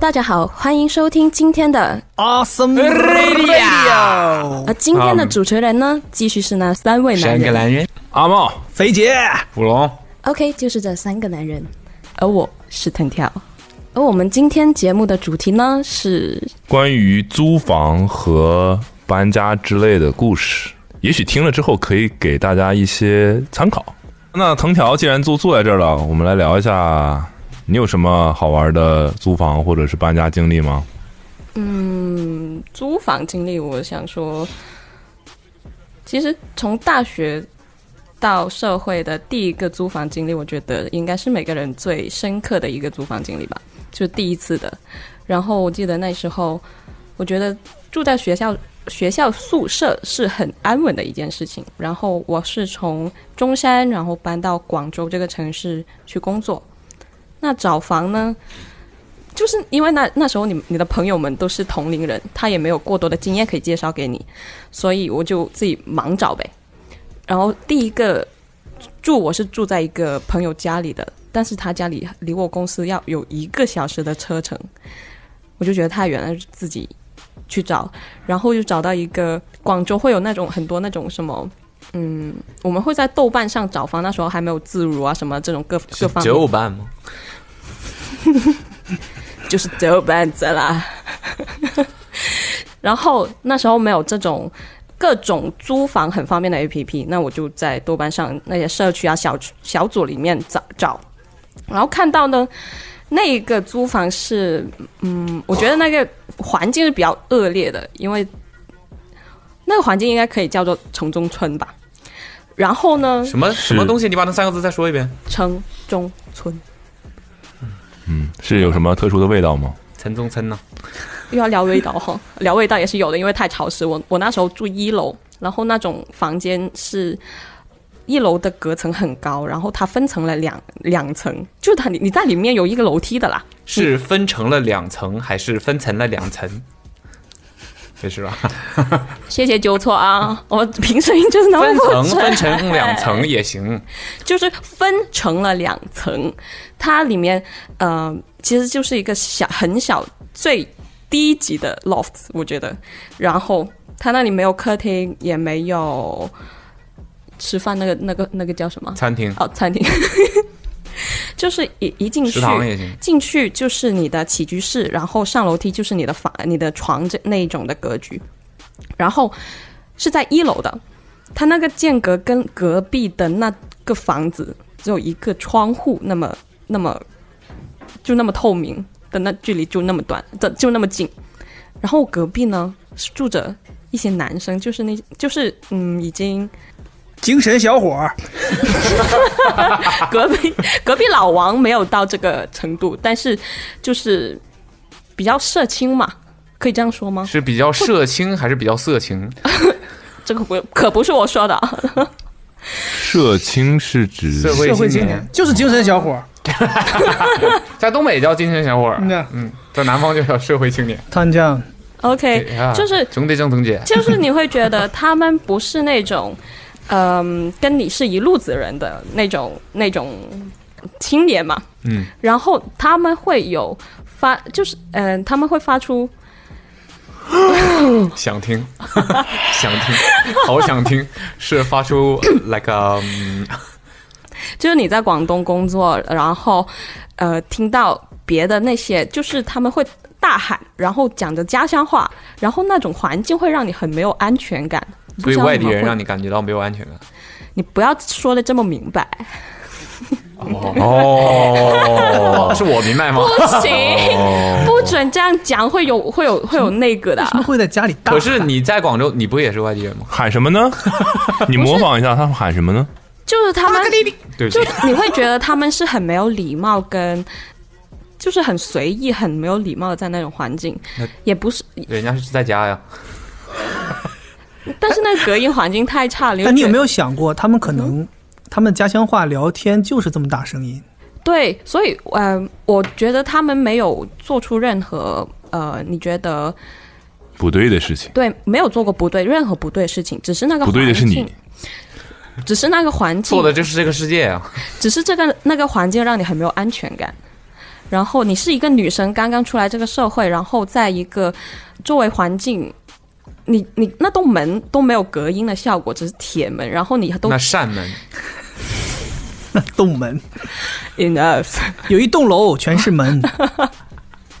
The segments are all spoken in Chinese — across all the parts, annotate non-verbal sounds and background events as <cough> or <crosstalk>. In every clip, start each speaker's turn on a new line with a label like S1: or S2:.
S1: 大家好，欢迎收听今天的
S2: Awesome
S3: Radio
S1: 呃，今天的主持人呢，继续是那三位男
S3: 三个
S1: 人。
S3: 男人，
S2: 阿茂、肥姐，
S3: 普龙，
S1: OK，就是这三个男人，而我是藤条。而我们今天节目的主题呢是，
S4: 关于租房和搬家之类的故事，也许听了之后可以给大家一些参考。那藤条既然都坐在这儿了，我们来聊一下，你有什么好玩的租房或者是搬家经历吗？
S1: 嗯，租房经历。我想说，其实从大学到社会的第一个租房经历，我觉得应该是每个人最深刻的一个租房经历吧，就是第一次的。然后我记得那时候，我觉得住在学校学校宿舍是很安稳的一件事情。然后我是从中山，然后搬到广州这个城市去工作。那找房呢，就是因为那那时候你你的朋友们都是同龄人，他也没有过多的经验可以介绍给你，所以我就自己盲找呗。然后第一个住我是住在一个朋友家里的，但是他家里离我公司要有一个小时的车程，我就觉得太远了，就自己去找，然后就找到一个广州会有那种很多那种什么。嗯，我们会在豆瓣上找房，那时候还没有自如啊，什么这种各各方面
S3: 九五班吗？
S1: 就是豆瓣子啦。 <laughs> 然后那时候没有这种各种租房很方便的 APP，那我就在豆瓣上那些社区啊、小小组里面找找，然后看到呢，那一个租房是，嗯，我觉得那个环境是比较恶劣的，因为那个环境应该可以叫做城中村吧。然后呢，
S3: 什么什么东西？你把那三个字再说一遍。
S1: 城中村
S4: 嗯，是有什么特殊的味道吗？
S3: 陈宗琛呢？
S1: 又要聊味道 <laughs> 哈，聊味道也是有的，因为太潮湿。我我那时候住一楼，然后那种房间是一楼的隔层很高，然后它分成了两两层，就是它你你在里面有一个楼梯的啦，
S3: 是分成了两层，还是分层了两层？没事吧？
S1: 谢谢纠错啊，我平时就是那
S3: <laughs> 分
S1: 么
S3: 层分成两层也行。
S1: 就是分成了两层，它里面呃其实就是一个小很小最低级的 loft，我觉得。然后它那里没有客厅，也没有吃饭那个那个那个叫什么？
S3: 餐厅、
S1: 哦，餐厅，就是一一进去
S3: 食，堂也行。
S1: 进去就是你的起居室，然后上楼梯就是你的房、你的床这那一种的格局，然后是在一楼的，它那个间隔跟隔壁的那个房子只有一个窗户，那么那么就那么透明的那距离就那么短，就就那么近，然后隔壁呢是住着一些男生，就是那就是嗯已经。
S2: 精神小伙儿，
S1: 隔壁隔壁老王没有到这个程度，但是就是比较社青嘛，可以这样说吗？
S3: 是比较社青还是比较色情？
S1: 这个不可不是我说的啊，
S4: 社青是指
S3: 社会
S2: 社会青
S3: 青
S2: 年，就是精神小伙儿。
S3: 在东北叫精神小伙儿
S2: 嗯呐，
S3: 嗯，在南方就叫社会青年。
S2: 探长，
S1: <laughs> OK，
S3: 啊
S1: 哎就是
S3: 兄弟正同姐，
S1: <laughs> 就是你会觉得他们不是那种，嗯、跟你是一路子人的那种那种青年嘛，
S3: 嗯，
S1: 然后他们会有发，就是嗯、他们会发
S3: <laughs>
S1: 出嗯
S3: 想听， <laughs> 想听，好想听，是发
S1: <coughs>
S3: 出 like a 嗯
S1: 就是你在广东工作，然后呃听到别的那些，就是他们会大喊，然后讲着家乡话，然后那种环境会让你很没有安全感。
S3: 所以外地人让
S1: 你
S3: 你感觉到没有安全感。
S1: 你不要说的这么明白， <laughs>
S3: 哦，是我明白吗？
S1: 不行，
S3: 哦
S1: 不准这样讲，会有会有会有那个的
S2: 他。们会在家里大
S3: 可是你在广州，你不也是外地人吗？
S4: 喊什么呢？你模仿一下，他们喊什么呢？
S1: 就是他们，
S3: <laughs> 对不
S1: 就
S3: 起，
S1: <laughs> 你会觉得他们是很没有礼貌跟。就是很随意、很没有礼貌的在那种环境
S3: 那，
S1: 也不是，
S3: 人家是在家呀。
S1: 但是那个隔音环境太差了。
S2: <laughs> 但你有
S1: 有
S2: 没
S1: 有？
S2: 有想过，他们可能
S3: 嗯
S2: 他们家乡话聊天就是这么大声音？ <laughs>
S1: 对，所以呃，我觉得他们没有做出任何呃，你觉得
S4: 不对的事情，
S1: 对，没有做过不对任何不对的事情，只是那个
S4: 不对的是
S1: 环
S4: 你
S1: 境，只是那个环境
S3: 错的就是这个世界啊！
S1: 只是这个那个环境让你很没有安全感。然后你是一个女生，刚刚出来这个社会，然后在一个周围环境，你你那栋门都没有隔音的效果，只是铁门，然后你都
S3: 那扇门，
S2: 洞门
S1: enough，
S2: 有一栋楼全是
S3: <laughs>
S2: 门，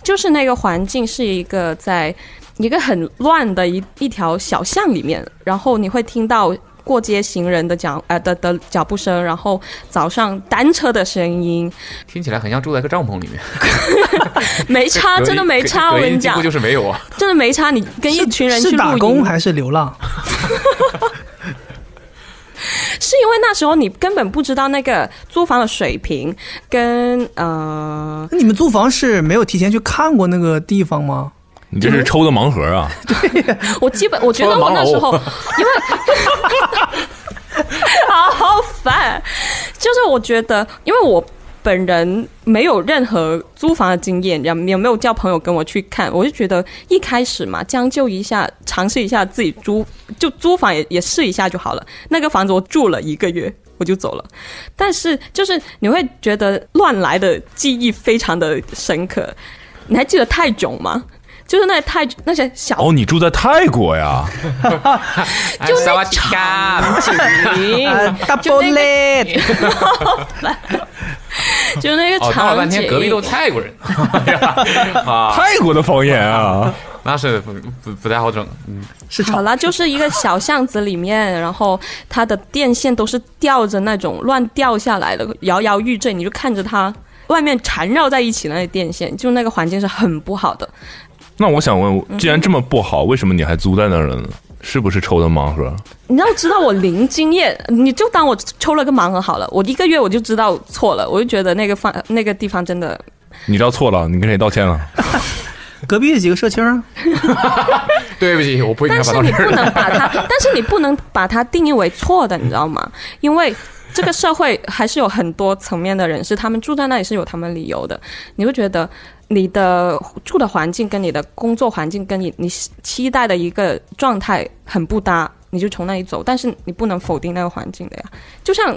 S1: 就是那个环境是一个在一个很乱的一一条小巷里面，然后你会听到过街行人的脚呃的的脚步声，然后早上单车的声音， <laughs>
S3: 听起来很像住在一个帐篷里面。
S1: 没差，
S3: 隔音
S1: 真的没差，
S3: 隔
S1: 我
S3: 隔
S1: 跟你
S3: 音几
S1: 讲
S3: 乎，就是没
S4: <laughs>
S3: 有啊。
S1: 真的没差。你跟一群人去
S2: 是打
S1: 露
S2: 工
S1: 营，
S2: 还是流浪？
S1: 是因为那时候你根本不知道那个租房的水平跟呃，
S2: 那你们租房是没有提前去看过那个地方
S3: <laughs>
S2: 吗？
S4: 你这是抽的盲盒啊！
S1: <laughs> 我基本我觉得我那时候，因为好好烦，就是我觉得，因为我本人没有任何租房的经验，也也没有叫朋友跟我去看，我就觉得一开始嘛，将就一下，尝试一下自己租，就租房也也试一下就好了。那个房子我住了一个月。 <laughs> 我就走了，但是就是你会觉得乱来的记忆非常的深刻。你还记得泰囧吗？就是那泰那些小
S4: 哦，你住在泰国呀？
S3: 就萨瓦迪卡，
S1: 行，
S2: ，double led，
S1: 就是那个
S3: 哦，闹了半
S1: 场景。
S3: 天 <laughs> 隔壁都泰国人，啊，
S4: 泰国的方言啊！
S3: <laughs> 那是不不不太好整。嗯，
S2: 是
S1: 好
S2: 吵。
S1: 啦，就是一个小巷子里面，然后它的电线都是吊着那种乱掉下来的，摇摇欲坠，你就看着它外面缠绕在一起的那些电线，就那个环境是很不好的。
S4: 那我想问，既然这么不好，为什么你还租在那儿了呢？是不是抽的盲盒？
S1: 你要知道我零经验，你就当我抽了个盲盒好了。我一个月我就知道错了，我就觉得那个方那个地方真的
S4: 你知道错了，你跟谁道歉了？
S2: 隔壁几个社青啊，
S3: <laughs> 对不起，我不应该
S1: 但
S3: 把
S1: 是
S3: 到
S1: 你
S3: 这
S1: 不
S3: 儿
S1: 能
S3: 来。
S1: 把
S3: <laughs>
S1: 它，但是你不能把它定义为错的，你知道吗？因为这个社会还是有很多层面的人是他们住在那里是有他们理由的。你会觉得你的住的环境跟你的工作环境跟你你期待的一个状态很不搭，你就从那里走。但是你不能否定那个环境的呀，就像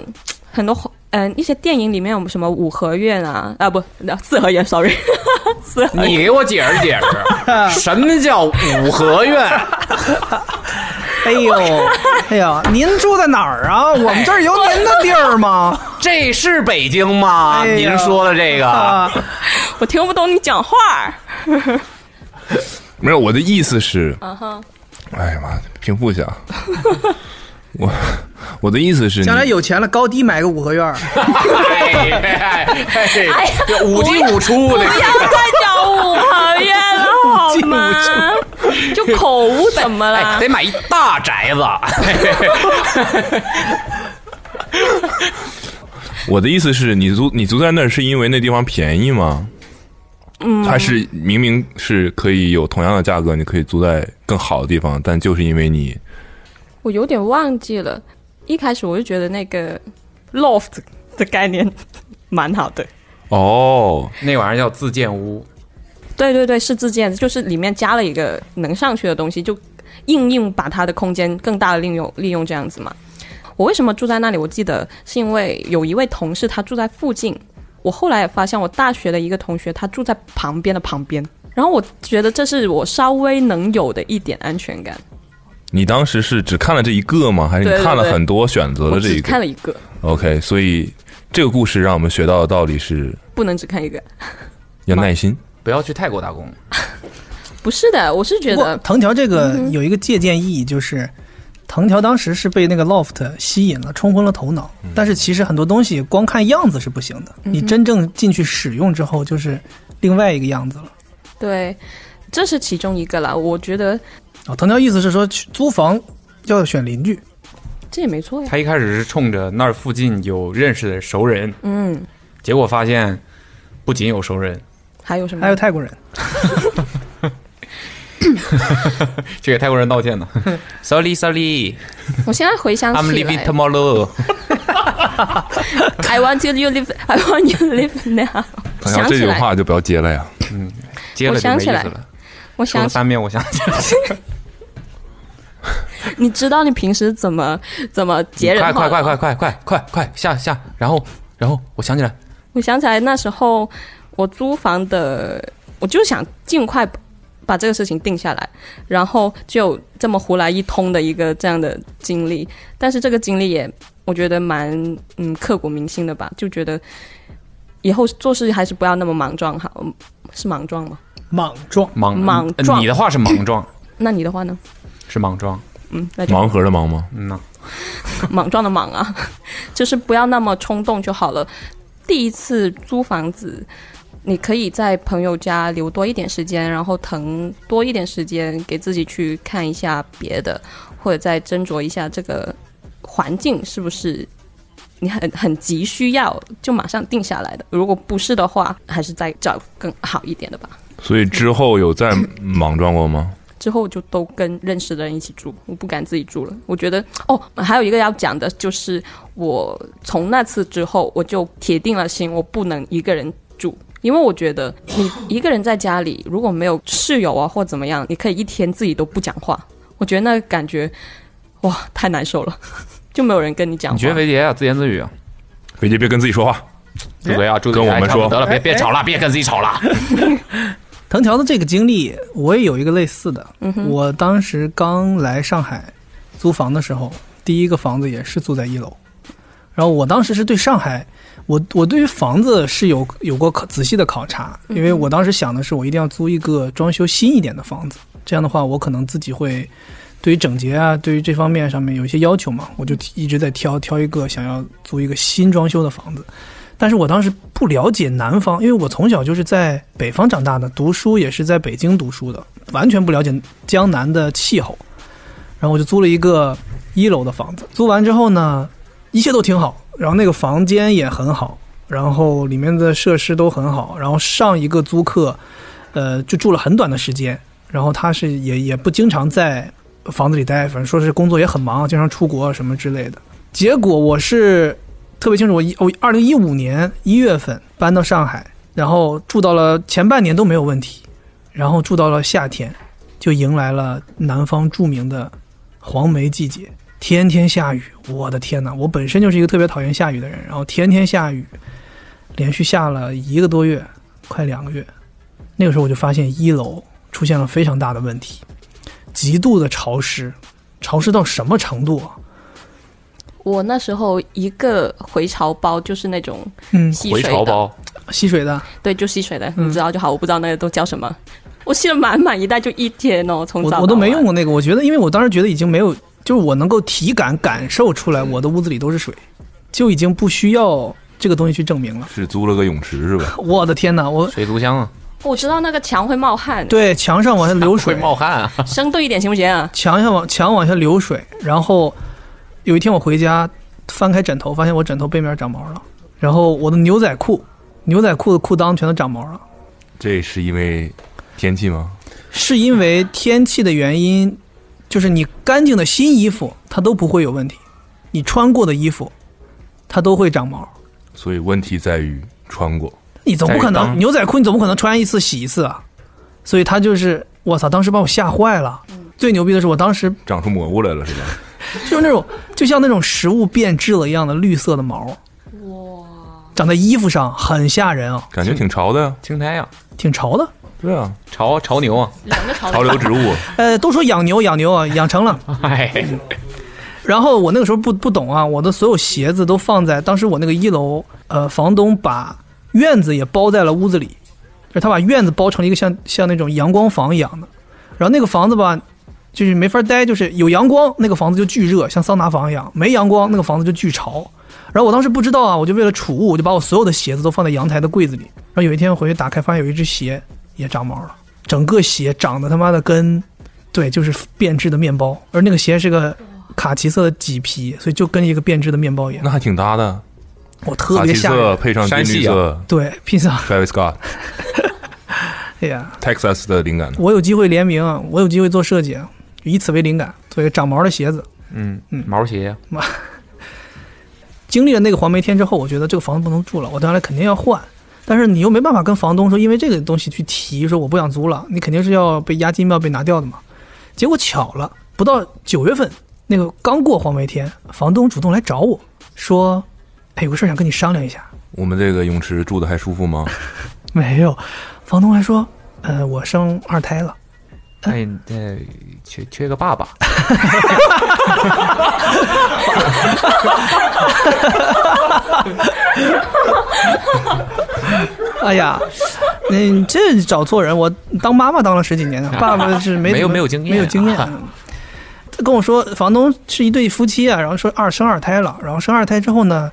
S1: 很多。嗯，一些电影里面有什么五合院啊？啊，不， <laughs> 四合院，sorry，四合
S3: 你给我解释解
S1: <laughs>
S3: 释，什么叫五合院？
S2: 哎呦，
S3: 哦
S2: 哎呀，您住在哪儿
S3: 哎
S2: 啊？我们这儿有您的地儿吗？
S3: 这是北京吗？
S2: 哎呀
S3: 您说的这个，
S2: 啊，
S1: <laughs> 我听不懂你讲话
S3: <laughs>
S1: 儿。
S4: <laughs> 没有，我的意思是，
S1: 嗯哼，
S4: 哎呀妈，平复一下。我我的意思是，
S2: 将来
S4: 你
S2: 有钱了，高低买个五合院儿。
S3: <laughs>
S2: <laughs>
S3: 哎哎，这五进五出
S1: <laughs> 不。
S3: 的
S1: 要再讲五合院了好吗？就口误怎么
S3: 哎，
S1: 啦？
S3: 得买一大宅 <laughs> 子，
S4: 我的意思是你租你租在那儿是因为那地方便宜吗？嗯，还是明明是可以有同样的价格，你可以租在更好的地方，但就是因为你
S1: 我有点忘记了，一开始我就觉得那个 loft 的概念蛮好的。
S4: 哦，
S3: 那玩意儿叫自建屋，
S1: 对对对，是自建，就是里面加了一个能上去的东西，就硬硬把它的空间更大的利用利用这样子嘛。我为什么住在那里？我记得是因为有一位同事他住在附近，我后来也发现我大学的一个同学他住在旁边的旁边，然后我觉得这是我稍微能有的一点安全感。
S4: 你当时是只看了这一个吗？还是
S1: 对
S4: 你
S1: 对
S4: 看了
S1: 对
S4: 很多选择
S1: 我
S4: 了这
S1: 只
S4: 一
S1: 看
S4: 个
S1: 了一个，
S4: ？OK，所以这个故事让我们学到的道理是
S1: 不能只看一个。
S4: 要耐心。
S1: 嗯
S3: 不要去泰国打工。
S1: 不是的，我是觉
S2: 不过
S1: 得
S2: 藤条
S1: 嗯
S2: 这个有一个借鉴意义，就是藤条当时是被那个 loft 吸引了，冲昏了头脑。但是其实很多东西光看样子是不行的，
S1: 嗯
S2: 你真正进去使用之后，就是另外一个样子了。
S1: 对，这是其中一个啦。我觉得
S2: 哦，藤条意思是说，去租房要选邻居，
S1: 这也没
S3: <laughs>
S1: 错呀。
S3: 他一开始是冲着那儿附近有认识的熟人，
S1: 嗯，
S3: 结果发现不仅有熟人，
S1: 还有什么？
S2: 还有泰国人。
S3: 去给泰国人道歉呢。sorry <laughs> Sorry，I'm
S1: <laughs> 我现在回想起
S3: leaving
S1: 来
S3: tomorrow。
S1: <laughs> ，I want you to live, I want you to live now。
S4: 然后
S1: 想
S4: 这
S1: 起
S4: 句
S1: 来，
S4: 话就不要接了呀。
S3: 嗯接了就没意思了，
S1: 我
S3: 说
S1: 想
S3: 了
S1: 起，
S3: 三遍，我想起来了。
S1: 你知道你平时怎么怎么截人
S3: 快
S1: 话
S3: 快
S1: 了
S3: 快
S1: 吗
S3: 快快快快快下下，然后然后我想起来，
S1: 我想起来那时候我租房的，我就想尽快把把这个事情定下来，然后就这么胡来一通的一个这样的经历。但是这个经历也，我觉得蛮嗯刻骨铭心的吧，就觉得以后做事还是不要那么莽撞好，嗯是莽撞吗？
S2: 莽撞，
S3: 莽嗯
S1: 莽撞
S3: 你的话是莽撞， <coughs>
S1: 那你的话呢？
S3: 是莽撞，
S1: 嗯，那就
S4: 盲盒的盲吗？
S3: 嗯呐，
S1: <laughs> 莽撞的莽啊，就是不要那么冲动就好了。第一次租房子，你可以在朋友家留多一点时间，然后腾多一点时间给自己去看一下别的，或者再斟酌一下这个环境是不是你很很急需要就马上定下来的。如果不是的话，还是再找更好一点的吧。
S4: 所以之后有再莽撞过吗？
S1: 之后就都跟认识的人一起住，我不敢自己住了。我觉得哦，还有一个要讲的就是，我从那次之后，我就铁定了心，我不能一个人住，因为我觉得你一个人在家里，如果没有室友啊或怎么样，你可以一天自己都不讲话，我觉得那个感觉哇太难受了， <laughs> 就没有人跟你讲
S3: 你觉得
S1: 话。
S3: 维杰啊自言自语啊，
S4: 别别别跟自己说话，
S3: 住嘴啊，住嘴啊，
S4: 跟我们
S3: 哎差不
S4: 说
S3: 多得了，别别
S2: 哎
S3: 吵了，别跟自己吵了。
S2: 藤条的这个经历，我也有一个类似的。
S1: 嗯
S2: 我当时刚来上海租房的时候，第一个房子也是租在一楼。然后我当时是对上海，我我对于房子是有有过考仔细的考察，因为我当时想的是，我一定要租一个装修新一点的房子，这样的话我可能自己会对于整洁啊，对于这方面上面有一些要求嘛，我就一直在挑挑一个想要租一个新装修的房子。但是我当时不了解南方，因为我从小就是在北方长大的，读书也是在北京读书的，完全不了解江南的气候。然后我就租了一个一楼的房子，租完之后呢，一切都挺好，然后那个房间也很好，然后里面的设施都很好。然后上一个租客，呃，就住了很短的时间，然后他是也也不经常在房子里待，反正说是工作也很忙，经常出国啊什么之类的。结果我是特别清楚，我一我二零一五年一月份搬到上海，然后住到了前半年都没有问题，然后住到了夏天，就迎来了南方著名的黄梅季节，天天下雨，我的天呐，我本身就是一个特别讨厌下雨的人，然后天天下雨，连续下了一个多月，快两个月。那个时候我就发现一楼出现了非常大的问题，极度的潮湿，潮湿到什么程度啊？
S1: 我那时候一个回潮包就是那种
S2: 嗯，
S1: 吸
S3: 回
S1: 水
S3: 潮
S1: 的，
S3: 包，
S2: 吸水的，
S1: 对，就吸水的，
S2: 嗯
S1: 你知道就好。我不知道那个都叫什么，我吸了满满一袋，就一天哦，从
S2: 我
S1: 早
S2: 我都
S1: 到
S2: 没
S1: 晚
S2: 用过那个，我觉得因为我当时觉得已经没有，就是我能够体感感受出来我的屋子里都是水，就已经不需要这个东西去证明了。
S4: 是租了个泳池是吧？
S2: 我的天呐，我
S3: 水族箱啊，
S1: 我知道那个墙会冒汗，
S2: 对墙上往下流
S3: <laughs> 会
S2: 水，
S3: 冒汗啊，
S1: 生对一点行不行啊？
S2: 墙上往墙往下流水，然后有一天我回家翻开枕头，发现我枕头背面长毛了，然后我的牛仔裤牛仔裤的裤裆全都长毛了。
S4: 这是因为天气吗？
S2: 是因为天气的原因，就是你干净的新衣服它都不会有问题，你穿过的衣服它都会长毛。
S4: 所以问题在于穿过。
S2: 你总不可
S3: 在于
S2: 能
S3: 当
S2: 牛仔裤，你总不可能穿一次洗一次啊。所以他就是，我操，当时把我吓坏了。最牛逼的是，我当时
S4: 长出蘑菇来了是
S3: <laughs>
S4: 吧？
S2: 就是那种就像那种食物变质了一样的绿色的毛，哇，长在衣服上，很吓人啊，
S4: 感觉挺潮的呀。
S3: 青苔啊，
S2: 挺潮的。
S4: 对啊，
S3: 潮潮牛啊，
S1: 两个朝
S4: 潮流植物。嗯
S2: 呃，都说养牛养牛啊，养成了，
S3: <laughs> 哎，
S2: 然后我那个时候不不懂啊，我的所有鞋子都放在当时我那个一楼，呃，房东把院子也包在了屋子里，就是他把院子包成了一个像像那种阳光房一样的。然后那个房子吧，就是没法待，就是有阳光那个房子就巨热，像桑拿房一样；没阳光那个房子就巨潮。然后我当时不知道啊，我就为了储物，我就把我所有的鞋子都放在阳台的柜子里。然后有一天回去打开，发现有一只鞋也长毛了，整个鞋长得他妈的跟，对，就是变质的面包。而那个鞋是个卡其色的麂皮，所以就跟一个变质的面包一样
S4: 那。还挺搭的，
S2: 我特
S4: 卡
S2: 别
S4: 其
S2: 吓人
S4: 色。配上金绿
S3: 山系
S4: 色
S2: 对，披萨，
S4: ，Travis Scott
S2: 哎呀，
S4: Texas 的灵感。
S2: 我有机会联名啊，我有机会做设计啊，以此为灵感做一个长毛的鞋子。
S3: 嗯，毛鞋啊，
S2: 经历了那个黄梅天之后，我觉得这个房子不能住了，我将来肯定要换。但是你又没办法跟房东说，因为这个东西去提说我不想租了，你肯定是要被押金要被拿掉的嘛。结果巧了，不到九月份，那个刚过黄梅天，房东主动来找我说：“哎，有个事儿想跟你商量一下。
S4: 我们这个泳池住的还舒服吗？”
S2: 没有，房东还说，呃，我生二胎了。
S3: 那你呃缺缺
S2: <laughs>
S3: 个爸爸，
S2: 哎呀，那你这找错人，我当妈妈当了十几年，爸爸是没
S3: 没有
S2: 怎么
S3: 没有经验
S2: 没有
S3: <laughs>
S2: 经验
S3: 啊。
S2: 他跟我说，房东是一对夫妻啊，然后说二生二胎了，然后生二胎之后呢，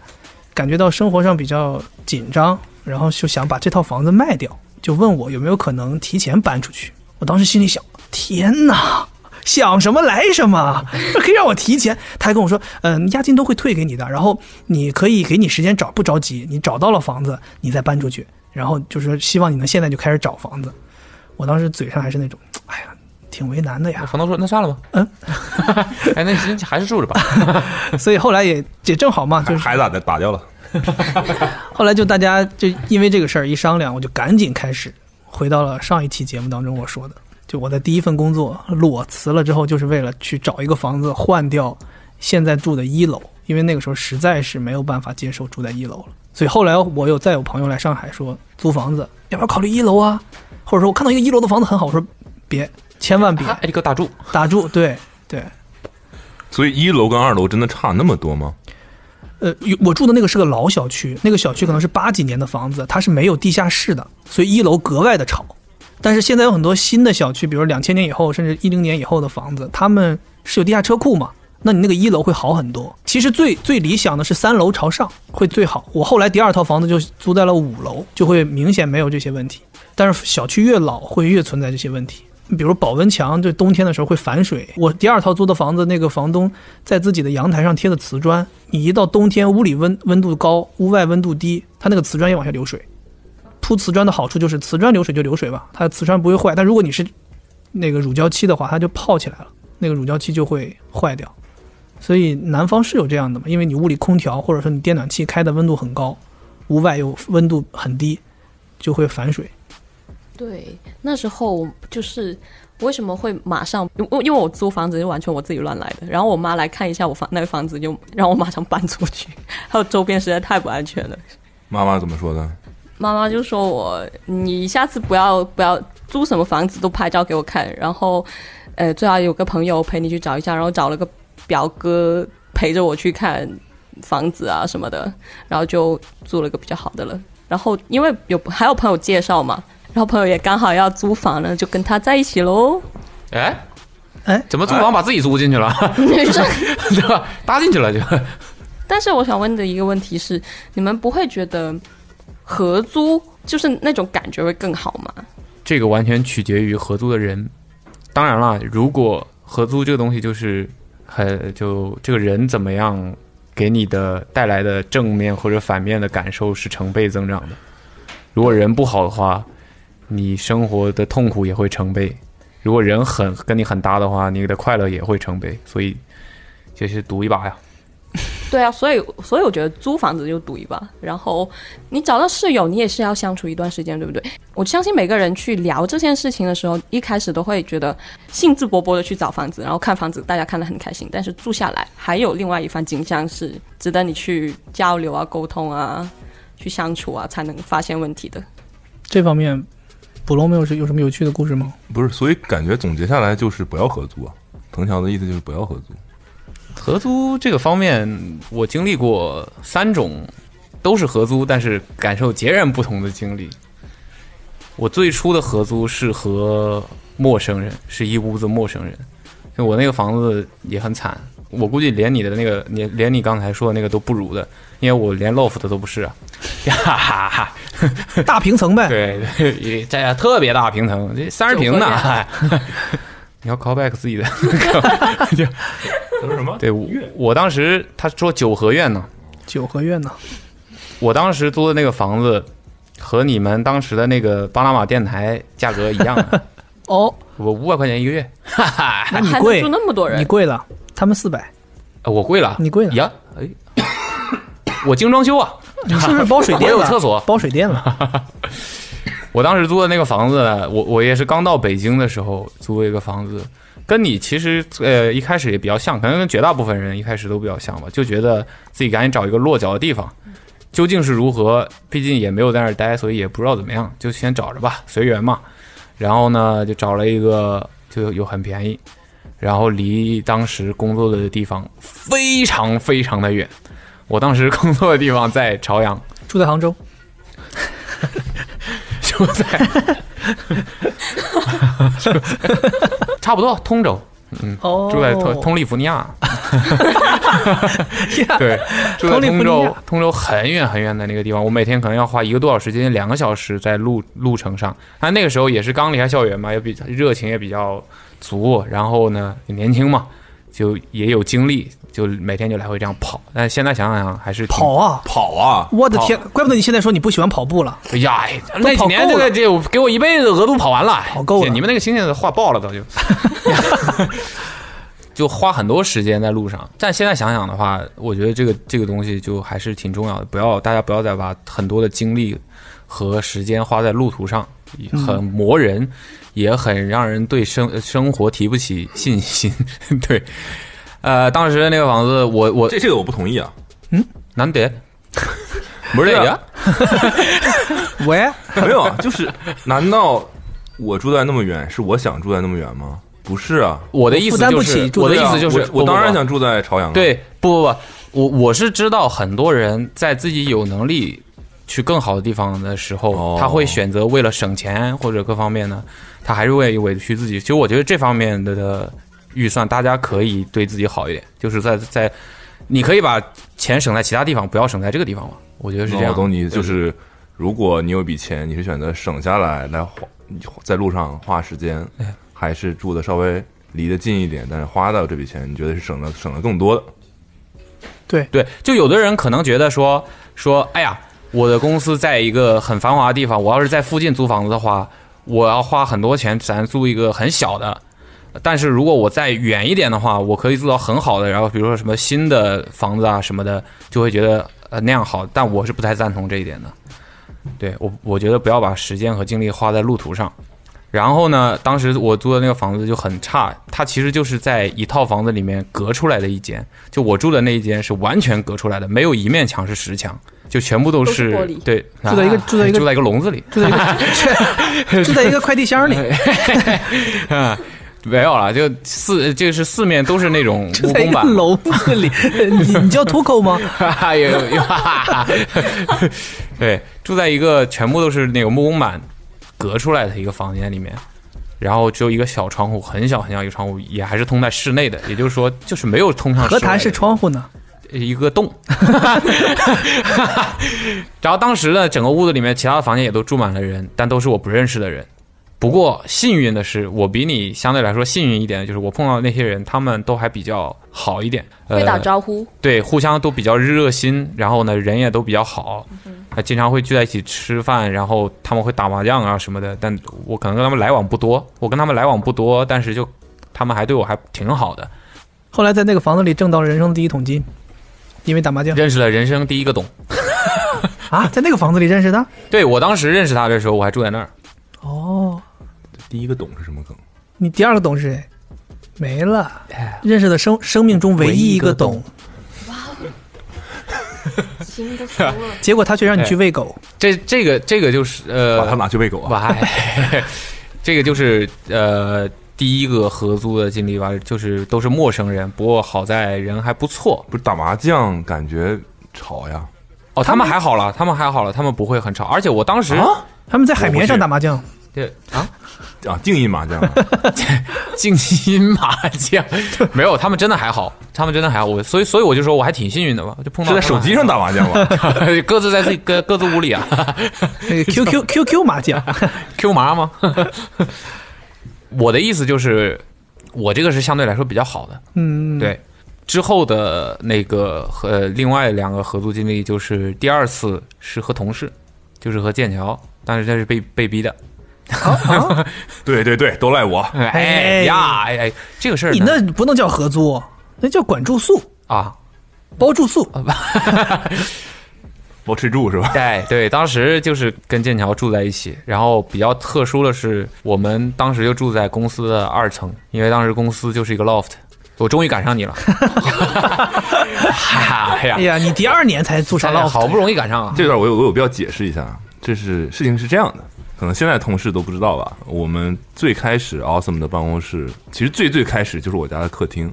S2: 感觉到生活上比较紧张，然后就想把这套房子卖掉，就问我有没有可能提前搬出去。我当时心里想，天哪！想什么来什么，这可以让我提前。他还跟我说，嗯、押金都会退给你的，然后你可以给你时间找，不着急，你找到了房子你再搬出去，然后就是希望你能现在就开始找房子。我当时嘴上还是那种，哎呀，挺为难的呀，
S3: 房东说那算了吧，
S2: 嗯，
S3: 哎，那行还是住着吧，
S2: <laughs> 所以后来也也正好嘛，就是
S4: 还咋的打掉了？
S2: 后来就大家就因为这个事儿一商量，我就赶紧开始回到了上一期节目当中我说的，就我在第一份工作裸辞了之后，就是为了去找一个房子换掉现在住的一楼，因为那个时候实在是没有办法接受住在一楼了。所以后来我有再有朋友来上海说租房子，要不要考虑一楼啊？或者说我看到一个一楼的房子很好，我说别，千万别
S3: 哎，你给我打住，
S2: 打住，对对。
S4: 所以一楼跟二楼真的差那么多吗？
S2: 呃，有我住的那个是个老小区，那个小区可能是八几年的房子，它是没有地下室的，所以一楼格外的吵。但是现在有很多新的小区，比如两千年以后，甚至一零年以后的房子，他们是有地下车库嘛？那你那个一楼会好很多。其实最最理想的是三楼朝上会最好。我后来第二套房子就租在了五楼，就会明显没有这些问题。但是小区越老会越存在这些问题，比如保温墙，就冬天的时候会反水。我第二套租的房子，那个房东在自己的阳台上贴的瓷砖，你一到冬天屋里温温度高，屋外温度低，它那个瓷砖也往下流水。铺瓷砖的好处就是瓷砖流水就流水吧，它的瓷砖不会坏。但如果你是那个乳胶漆的话，它就泡起来了，那个乳胶漆就会坏掉。所以南方是有这样的嘛，因为你屋里空调或者说你电暖气开的温度很高，屋外又温度很低，就会反水。
S1: 对，那时候就是为什么会马上，因因为我租房子是完全我自己乱来的，然后我妈来看一下我房那个房子，就让我马上搬出去， <laughs> 还有周边实在太不安全了。
S4: 妈妈怎么说的？
S1: 妈妈就说我，你下次不要不要租什么房子都拍照给我看，然后，呃，最好有个朋友陪你去找一下，然后找了个表哥陪着我去看房子啊什么的，然后就租了个比较好的了。然后因为有还有朋友介绍嘛，然后朋友也刚好要租房了，就跟他在一起喽。
S3: 哎
S2: 哎
S3: 怎么租房把自己租进去了， <laughs>
S1: 是
S3: 对吧？搭进去了就，
S1: 但是我想问的一个问题是，你们不会觉得合租就是那种感觉会更好吗？
S3: 这个完全取决于合租的人。当然了，如果合租这个东西就是很就这个人怎么样，给你的带来的正面或者反面的感受是成倍增长的。如果人不好的话，你生活的痛苦也会成倍；如果人很跟你很搭的话，你的快乐也会成倍。所以，就是赌一把呀。
S1: 对啊，所以所以我觉得租房子就赌一把，然后你找到室友，你也是要相处一段时间，对不对？我相信每个人去聊这件事情的时候，一开始都会觉得兴致勃勃的去找房子，然后看房子，大家看得很开心，但是住下来还有另外一番景象是值得你去交流啊、沟通啊、去相处啊，才能发现问题的。
S2: 这方面，捕龙没有是有什么有趣的故事吗？
S4: 不是，所以感觉总结下来就是不要合租啊。藤条的意思就是不要 <laughs> 合租。
S3: 合租这个方面，我经历过三种，都是合租，但是感受截然不同的经历。我最初的合租是和陌生人，是一屋子陌生人。就我那个房子也很惨，我估计连你的那个，你连你刚才说的那个都不如的，因为我连 loft 都不是啊，哈哈哈。
S2: 大平层呗，
S3: 对对，这样特别大平层，这三十平呢。
S1: 九合
S2: 啊
S3: 哎 <laughs> 你要 call back 自己的，
S4: 他说什么？
S3: 对我我当时他说九合院呢，
S2: 九合院呢？
S3: 我当时租的那个房子和你们当时的那个巴拿马电台价格一样
S2: <laughs>
S3: 的，
S2: 哦，
S3: 我五百块钱一个月，哈哈，
S2: 那你
S1: 还能
S2: 贵
S1: 住，那么多人
S2: 你，贵了，他们四百，
S3: 呃我贵了，
S2: 你贵了
S3: 呀？哎，我精装修啊，
S2: 你是不是包水电了？
S3: <laughs> 我有厕所
S2: 包水电了。
S3: <laughs> 我当时租的那个房子，我我也是刚到北京的时候租了一个房子，跟你其实呃一开始也比较像，可能跟绝大部分人一开始都比较像吧，就觉得自己赶紧找一个落脚的地方，究竟是如何，毕竟也没有在那儿待，所以也不知道怎么样，就先找着吧，随缘嘛。然后呢，就找了一个就有很便宜，然后离当时工作的地方非常非常的远。我当时工作的地方在朝阳，
S2: 住在杭州，
S3: 就在， <laughs> 差不多通州，嗯
S2: 哦
S3: 住在通通利福
S2: <laughs>
S3: 尼亚，
S2: 呀
S3: 对，住在
S2: 通利
S3: 通
S2: 福尼
S3: 州
S2: 亚，
S3: 通州很远很远的那个地方，我每天可能要花一个多小时，接近两个小时在路路程上。但那个时候也是刚离开校园嘛，也比热情也比较足，然后呢也年轻嘛，就也有精力，就每天就来回这样跑。但现在想想还是挺
S2: 跑啊！
S4: 跑啊！
S2: <laughs> 我的天，怪不得你现在说你不喜欢跑步了。
S3: 哎呀，哎那几
S2: 跑
S3: 年
S2: 够了
S3: 这个这个给我一辈子额度跑完了，
S2: 跑够了
S3: 你们那个星星画爆
S2: <laughs>
S3: 了都就，就花很多时间在路上。但现在想想的话，我觉得这个这个东西就还是挺重要的，不要大家不要再把很多的精力和时间花在路途上，
S2: 嗯
S3: 很磨人，也很让人对生生活提不起信心。 <laughs> 对，呃，当时那个房子，我我嗯
S4: 这这个我不同意啊！
S3: 难得。不是
S4: 对
S3: 这
S4: 啊
S2: <laughs>
S3: 个，
S2: 喂，
S4: <laughs> 没有，啊，就是难道我住在那么远，是我想住在那么远吗？不是啊，
S3: 我的意思
S2: 负担
S3: 就
S2: 不
S3: 是
S2: 起，住
S3: 我的
S2: 得
S3: 意
S2: 了
S3: 思就是，
S4: 我我
S3: 不
S4: 当然。
S3: 不不
S4: 想住在朝阳。，啊
S3: 对，不不不，我我是知道很多人在自己有能力去更好的地方的时候，
S4: 哦
S3: 他会选择为了省钱或者各方面呢，他还是会委屈自己。其实我觉得这方面的的预算，大家可以对自己好一点，就是在在你可以把钱省在其他地方，不要省在这个地方嘛。我觉得是这
S4: 那
S3: 样
S4: 我
S3: 的。
S4: 懂你，就是如果你有笔钱，你是选择省下来来花，在路上花时间，
S3: 哎
S4: 还是住的稍微离得近一点，但是花到这笔钱，你觉得是省了省了更多的？
S3: 对，就有的人可能觉得说说，哎呀，我的公司在一个很繁华的地方，我要是在附近租房子的话，我要花很多钱，咱租一个很小的。但是如果我再远一点的话，我可以租到很好的，然后比如说什么新的房子啊什么的，就会觉得呃那样好。但我是不太赞同这一点的。对我，我觉得不要把时间和精力花在路途上。然后呢，当时我租的那个房子就很差，它其实就是在一套房子里面隔出来的一间，就我住的那一间是完全隔出来的，没有一面墙是实墙，就全部
S1: 都
S3: 都是
S1: 是玻璃
S3: 对，
S2: 住在一个
S3: 啊
S2: 住在一个
S3: <laughs> 住在一个笼子里，
S2: 住在一个住在一个快递箱里，
S3: 啊， <laughs> 没有了，就四就是四面都是
S2: <laughs>
S3: 那种
S2: 住
S3: 木
S2: 在一
S3: 工
S2: 个
S3: 板，
S2: 笼子里。你你叫土狗吗？
S3: 哈哈，有有哈哈，对，住在一个全部都是那个木工板隔出来的一个房间里面，然后只有一个小窗户，很小很小一个窗户，也还是通在室内的，也就是说就是没有通上室
S2: 何
S3: 外
S2: 谈
S3: 的
S2: 是窗户呢？
S3: 一个洞。然后当时呢，整个屋子里面其他的房间也都住满了人，但都是我不认识的人。不过幸运的是，我比你相对来说幸运一点，就是我碰到的那些人，他们都还比较好一点，
S1: 会打
S3: 呃，
S1: 招呼，
S3: 对，互相都比较热心，然后呢，人也都比较好，还经常会聚在一起吃饭，然后他们会打麻将啊什么的。但我可能跟他们来往不多，我跟他们来往不多，但是就他们还对我还挺好的，
S2: 后来在那个房子里挣到了人生第一桶金，因为打麻将
S3: 认识了人生第一个懂。
S2: 啊，在那个房子里认识的。
S3: 对我当时认识他的时候，我还住在那儿。
S2: 哦，
S4: 第一个懂是什么梗？
S2: 你第二个懂是谁？没了，认识的生生命中唯一一个
S3: 唯一
S2: 懂，
S1: 心都酥了。
S2: <laughs> 结果他却让你去喂狗。
S3: 哎这这个这个就是呃，
S4: 把它拿去喂狗啊！
S3: <laughs> 哇，哎这个就是呃第一个合租的经历吧，就是都是陌生人，不过好在人还不错。
S4: 不是打麻将感觉吵呀？
S3: 哦，他们还好了，他们还好了，他们不会很吵。而且我当时
S4: 啊
S2: 他们在海绵
S4: 我不
S2: 上
S4: 去
S2: 打麻将，
S3: 对啊，
S4: 啊，静音麻将啊，
S3: <laughs> 静音麻将没有，他们真的还好，他们真的还好。我所以所以我就说我还挺幸运的嘛，就碰到
S4: 是在
S3: 他
S4: 手
S3: 们
S4: 机上打麻将吧？
S3: 还好， <laughs> 各自在自己各各自屋里啊。 <laughs>
S2: <laughs> 那个 QQ QQ 麻将，
S3: Q 麻吗？ <laughs> 我的意思就是，我这个是相对来说比较好的。
S2: 嗯，
S3: 对，之后的那个和另外两个合租经历，就是第二次是和同事，就是和剑桥，但是这是被被逼的。 <laughs>
S4: 对对对，都赖我。
S3: 哎呀，哎哎，这个事儿
S2: 你
S3: 呢
S2: 那不能叫合租，那叫管住宿、
S3: 啊，
S2: 包住宿。
S4: 包吃住是吧？
S3: 对对，当时就是跟剑桥住在一起，然后比较特殊的是，我们当时就住在公司的二层，因为当时公司就是一个 loft，我终于赶上你了， <laughs> 哎呀
S2: 哎，呀，你第二年才租上
S3: 哎呀
S2: loft，
S3: 好不容易赶上啊！
S4: 这段我有我有必要解释一下，啊这是事情是这样的，可能现在同事都不知道吧。我们最开始 Awesome 的办公室，其实最最开始就是我家的客厅。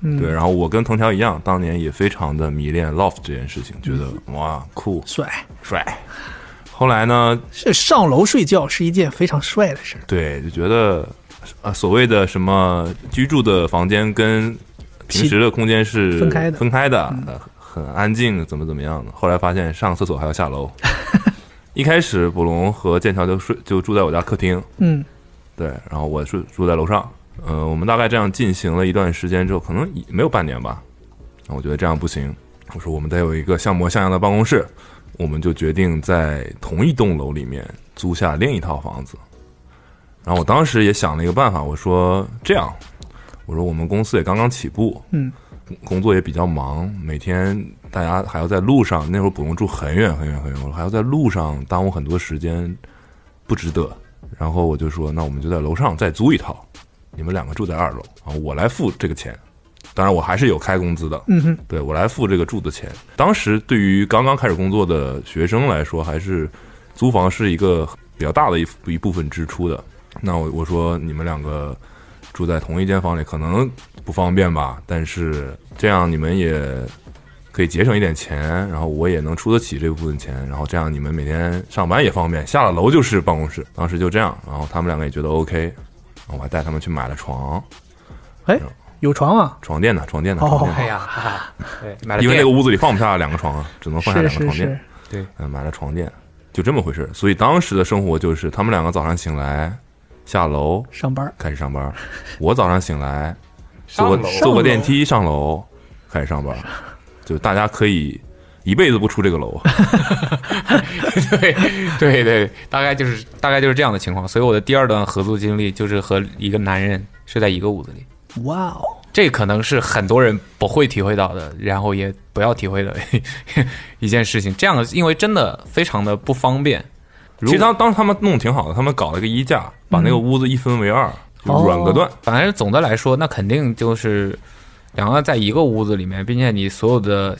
S2: 嗯
S4: 对，然后我跟藤条一样，当年也非常的迷恋 loft 这件事情，觉得
S3: 嗯
S4: 哇酷
S2: 帅，
S4: 帅。后来呢，
S2: 是上楼睡觉是一件非常帅的事儿。
S4: 对，就觉得啊，所谓的什么居住的房间跟平时的空间是
S2: 分开的
S4: 分开的，
S3: 嗯
S4: 呃很安静，怎么怎么样的。后来发现上厕所还要下
S3: <laughs>
S4: 楼。一开始，卜龙和剑桥就睡就住在我家客厅，
S2: 嗯，
S4: 对，然后我是住在楼上。呃，我们大概这样进行了一段时间之后，可能也没有半年吧。然后我觉得这样不行，我说我们得有一个像模像样的办公室，我们就决定在同一栋楼里面租下另一套房子。然后我当时也想了一个办法，我说这样，我说我们公司也刚刚起步，
S2: 嗯，
S4: 工作也比较忙，每天大家还要在路上，那会儿不用住很远很远很远，我还要在路上耽误很多时间，不值得。然后我就说，那我们就在楼上再租一套，你们两个住在二楼，然后我来付这个钱。当然，我还是有开工资的，
S2: 嗯哼，
S4: 对我来付这个住的钱。当时对于刚刚开始工作的学生来说，还是租房是一个比较大的一一部分支出的。那我我说你们两个住在同一间房里可能不方便吧，但是这样你们也可以节省一点钱，然后我也能出得起这部分钱，然后这样你们每天上班也方便，下了楼就是办公室。当时就这样，然后他们两个也觉得 OK，然后嗯我还带他们去买了床
S2: 有床啊，
S4: 床垫呢，床垫呢，
S2: 哦
S4: 床垫呢
S3: 哎呀，哈
S4: <laughs>
S3: 哈对，买了
S4: 因为那
S3: 电
S4: 个屋子里放不下两个床啊，只能放下
S2: 是
S4: 两个
S2: 是
S4: 床垫。
S2: 是，
S4: 嗯，买了床垫，就这么回事儿。所以当时的生活就是，他们两个早上醒来，下楼
S2: 上班儿
S4: 开始上班儿；我早上醒来，
S3: 上
S4: 坐
S3: 楼
S4: 个
S2: 上
S4: 坐
S2: 楼
S4: 个电梯上楼，开始上班儿。就大家可以一辈子不出这个楼。
S3: <laughs> 对对对，大概就是大概就是这样的情况。所以我的第二段合租经历就是和一个男人睡在一个屋子里，
S2: 哇哦，
S3: 这可能是很多人不会体会到的，然后也不要体会的 <laughs> 一件事情。这样，因为真的非常的不方便。
S4: 其实当当时他们弄得挺好的，他们搞了一个衣架，把那个屋子一分为二，就软隔断。
S3: 嗯哦反正总的来说，那肯定就是两个在一个屋子里面，并且你所有的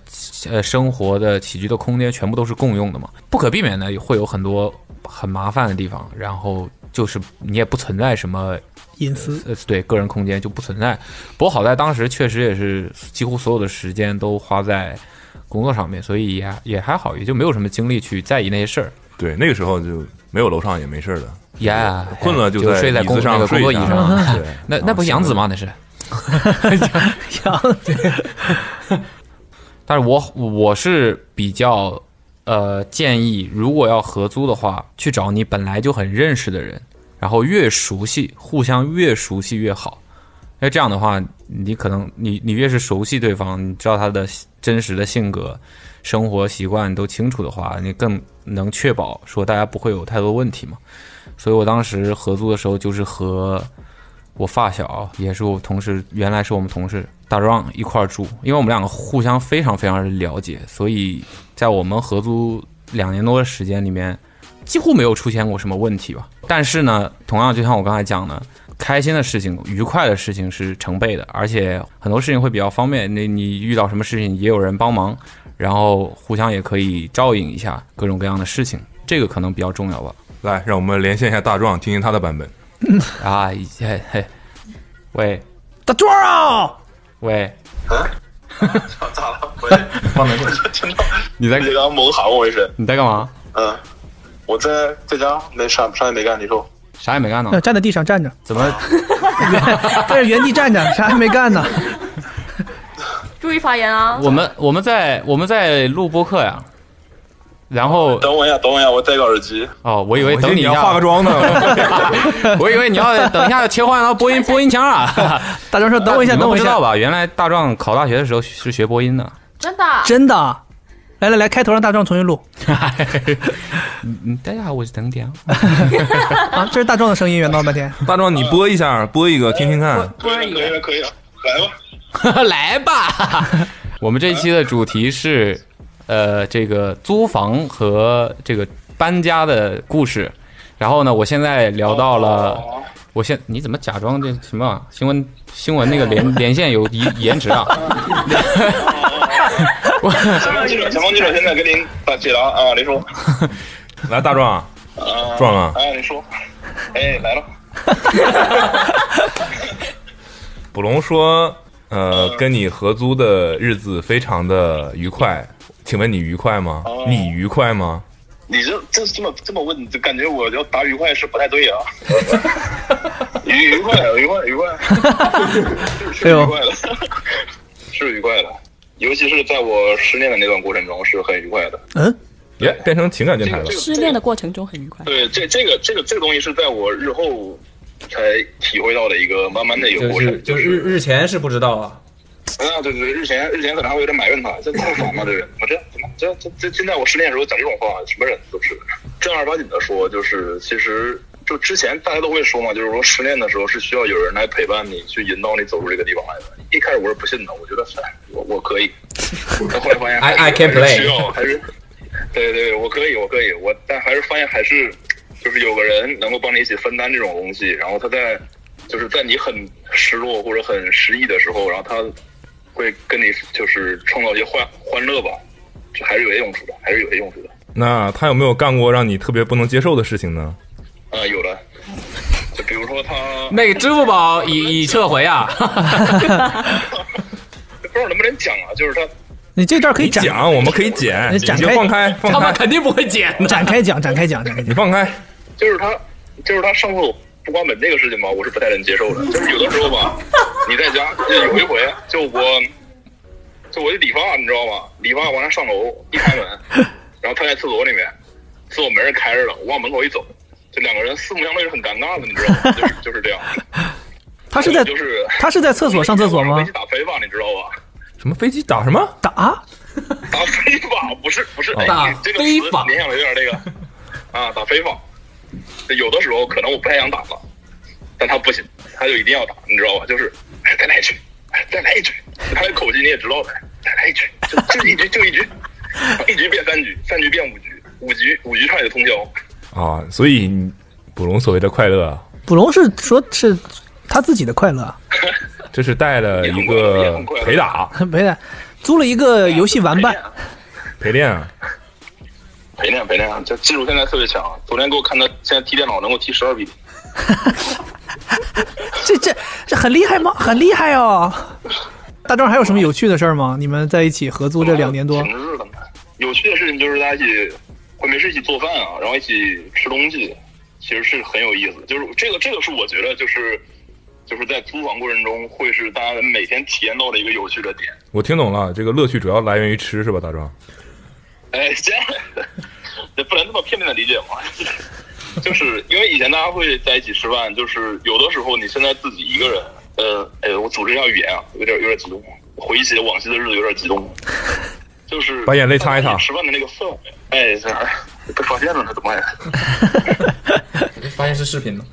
S3: 呃生活的起居的空间全部都是共用的嘛，不可避免的会有很多很麻烦的地方，然后就是你也不存在什么
S2: 隐私
S3: 呃对个人空间就不存在。不过好在当时确实也是几乎所有的时间都花在工作上面，所以也也还好，也就没有什么精力去在意那些事儿。
S4: 对，那个时候就没有楼上也没事儿的，
S3: 呀、
S4: 困了
S3: 就
S4: 在
S3: 睡在
S4: 椅
S3: 工
S4: 子
S3: 那
S4: 上
S3: 个工
S4: 睡
S3: 作
S4: 一
S3: 椅
S4: 下。
S3: 上， <laughs>
S4: 对，
S3: 那
S4: 然
S3: 那
S4: 后
S3: 不是
S4: 醒
S3: 杨
S4: 了
S3: 子吗？那是。
S2: 呀，
S3: <laughs> 但是我我是比较呃建议，如果要合租的话，去找你本来就很认识的人，然后越熟悉，互相越熟悉越好。因为这样的话，你可能你你越是熟悉对方，你知道他的真实的性格、生活习惯都清楚的话，你更能确保说大家不会有太多问题嘛。所以我当时合租的时候，就是和我发小，也是我同事，原来是我们同事大壮一块儿住，因为我们两个互相非常非常的了解，所以在我们合租两年多的时间里面，几乎没有出现过什么问题吧。但是呢，同样就像我刚才讲的，开心的事情、愉快的事情是成倍的，而且很多事情会比较方便。那你遇到什么事情也有人帮忙，然后互相也可以照应一下各种各样的事情，这个可能比较重要吧。
S4: 来，让我们连线一下大壮，听听他的版
S3: <laughs>
S4: 本。
S3: 啊，嘿嘿，喂
S2: 大壮儿啊，
S3: 喂，
S5: 咋了？我我就听到
S3: 你在
S5: 你刚猛喊我一声，
S3: 你在干嘛？
S5: 嗯，我在在家没啥啥也没干，你说
S3: 啥也没干呢
S2: 呃，站在地上站着，
S3: 怎么？
S2: 在这原地站着，啥也没干呢。
S1: 注意发言啊！
S3: 我们我们在我们在录播客呀，然后
S5: 等我一下，等我一下，我戴个耳机。
S3: 哦，我以为
S4: 我寻
S3: 等
S4: 思你
S3: 你一
S4: 要化
S3: 下
S4: 个，妆呢，
S3: <laughs> 我以为你要等一下
S4: <laughs>
S3: 切换到播音播音腔啊。
S2: 大
S3: <laughs>
S2: 壮说：“等我一下，
S3: 你们
S2: 等
S3: 不
S2: 我一
S3: 知
S2: 下
S3: 道。吧？原来大壮考大学的时候是学播音的，
S1: 真的，”
S2: 真的啊，来来来，开头让大壮重新
S3: <laughs>
S2: 录
S3: 嗯，大家好，我是等点啊。
S2: 啊！这是大壮的声音，原闹半天。
S4: <laughs> 大壮你播一下，播一个听听看。
S5: 可以了，可以了，可以了，来吧。
S3: <laughs> 来吧， <laughs> 我们这一期的主题是，呃，这个租房和这个搬家的故事。然后呢，我现在聊到了，
S5: 哦，
S3: 我现你怎么假装这什么啊新闻新闻那
S6: <laughs>
S3: 个连连线有延延迟啊？
S5: 前方记者，前方记者现在给您打解答啊，林叔，
S4: <laughs> 来，大壮，
S5: 啊，
S4: 壮啊
S5: 哎，林叔，哎，来了， <laughs>
S4: 捕龙说，呃，跟你合租的日子非常的愉快，请问你愉快吗？
S5: 哦
S4: 你愉快吗？
S5: 你这这这么这么问，就感觉我要答愉快是不太
S4: <laughs>
S5: 对啊，愉愉快，愉快，愉快，
S4: 哎
S5: 是是愉快的，是愉快的，尤其是在我失恋的那段过程中是很愉快的。
S2: 嗯，
S4: 耶，变成情感电台了
S5: 这。个
S1: 失恋的过程中很愉快。
S5: 对，这这个这个这个东西是在我日后才体会到的一个慢慢的一个
S6: 就
S5: 过
S6: 是
S5: 程，
S6: 就
S5: 就是
S6: 日日前是不知道啊，
S5: 啊，对对对，日前日前可能还会有点埋怨他，这太烦了，这人怎么这样子呢？这这这现在我失恋的时候讲这种话，什么人都是。正儿八经的说，就是其实就之前大家都会说嘛，就是说失恋的时候是需要有人来陪伴你，去引导你走出这个地方来的。一开始我是不信的，我觉得哎我我可以，但后来发现
S6: I-
S5: 还是
S6: I can
S5: 还是
S6: play
S5: 需要还是对对对，我可以我可以，我但还是发现还是就是有个人能够帮你一起分担这种东西，然后他在就是在你很失落或者很失意的时候，然后他会跟你就是创造一些欢欢乐吧，这还是有些用处的，还是有些用处的。
S4: 那他有没有干过让你特别不能接受的事情呢？
S5: 啊、有的，就比如说他，
S3: 那个支付宝已已撤回啊！
S5: 不知道能不能讲啊，就是他
S2: 你这啊段可以
S4: 你
S2: 展
S4: 讲，我们可以剪，
S2: 你
S4: 你
S2: 展
S4: 就
S2: 开
S4: 放开，放
S3: 他们
S4: 开，
S3: 肯定不会剪的。
S2: 展开讲，展开讲，展开讲
S4: 你。放开。
S5: 就是他，就是他上厕所不关门这个事情吧，我是不太能接受的。就是有的时候吧，你在家就有一回，就我，就我就理发，你知道吗？理发完了上楼一开门，然后他在厕所里面，厕所门是开着的，我往门口一走，就两个人四目相对是很尴尬的，你知道吗？就是就是这样。
S2: 他是在
S5: 就是
S2: 他是在厕所上厕所吗
S5: 飞机？打飞吧，你知道吧？
S4: 什么飞机打什么？
S2: 打啊
S5: <laughs> 打飞法不是不是，哎
S3: 打
S5: 你这个
S3: 非
S5: 词
S3: 法
S5: 联想的有点那个 <laughs> 啊，打非法。有的时候可能我不太想打了，但他不行，他就一定要打，你知道吧？就是哎再来一局，哎 <laughs> 再来一局，他的口气你也知道的，再来一局， <laughs> 就就一局就一局， <laughs> 一局变三局，三局变五局，五局五局差点就通宵。
S4: 啊，所以你捕龙所谓的快乐，啊
S2: 捕龙是说是他自己的快乐啊， <laughs>
S4: 这是带了一个陪打
S2: 没的，租了一个游戏玩伴，
S4: 陪练啊。
S5: 陪练陪练，这技术现在特别强。昨天给我看他现在踢电脑能够踢十二比零，
S2: 这这这很厉害吗？很厉害哦！大壮还有什么有趣的事儿吗？你们在一起合租这两年多
S5: 挺，日子的。有趣的事情就是大家一起会没事一起做饭啊，然后一起吃东西，其实是很有意思。就是这个，这个是我觉得就是就是在租房过程中会是大家每天体验到的一个有趣的点。
S4: 我听懂了，这个乐趣主要来源于吃是吧，大壮？
S5: 哎，这样这不能这么片面的理解嘛。就是因为以前大家会在一起吃饭，就是有的时候你现在自己一个人，呃，哎，我组织一下语言啊，有点有点激动，回忆起往昔的日子有点激动，就是
S4: 把眼泪擦一擦
S5: 吃饭的那个氛围，哎，这样被发现了，那怎么还？
S6: 发现是视频了。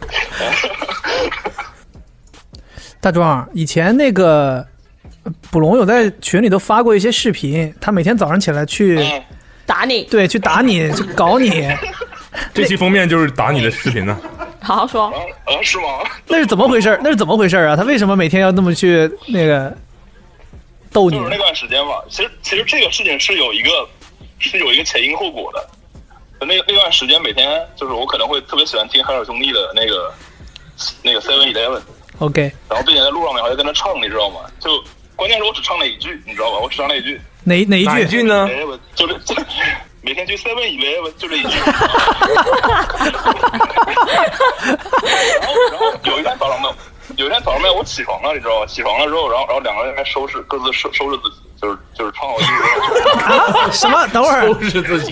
S2: 大壮以前那个呃捕龙有在群里头发过一些视频，他每天早上起来去
S5: 嗯，
S1: 打你，
S2: 对去打你，去搞
S1: <laughs>
S2: 你，
S4: 这期封面就是打你的视频呢、
S1: 好好说。
S5: 啊啊，是吗？
S2: 那是怎么回事儿？那是怎么回事儿啊？他为什么每天要那么去那个逗你
S5: 就是？那段时间吧。其实其实这个事情是有一个是有一个前因后果的。那那段时间每天就是我可能会特别喜欢听海尔兄弟的那个那个 Seven Eleven，
S2: OK，
S5: 然后并且在路上面还在跟他唱，你知道吗？就关键是我只唱了一句，你知道吧？我只唱了一句
S2: 哪哪一
S4: 哪一
S2: 句？
S4: 句呢？
S5: ，Eleven 就这就每天去 Seven Eleven 就这一句。然后然后有一天早上呢，有一天早上呢，我起床了，你知道吧？起床了之后，然后然后两个人在收拾各自收收拾自己，就是就是穿好衣服然后去
S2: 啊？什么？等会儿，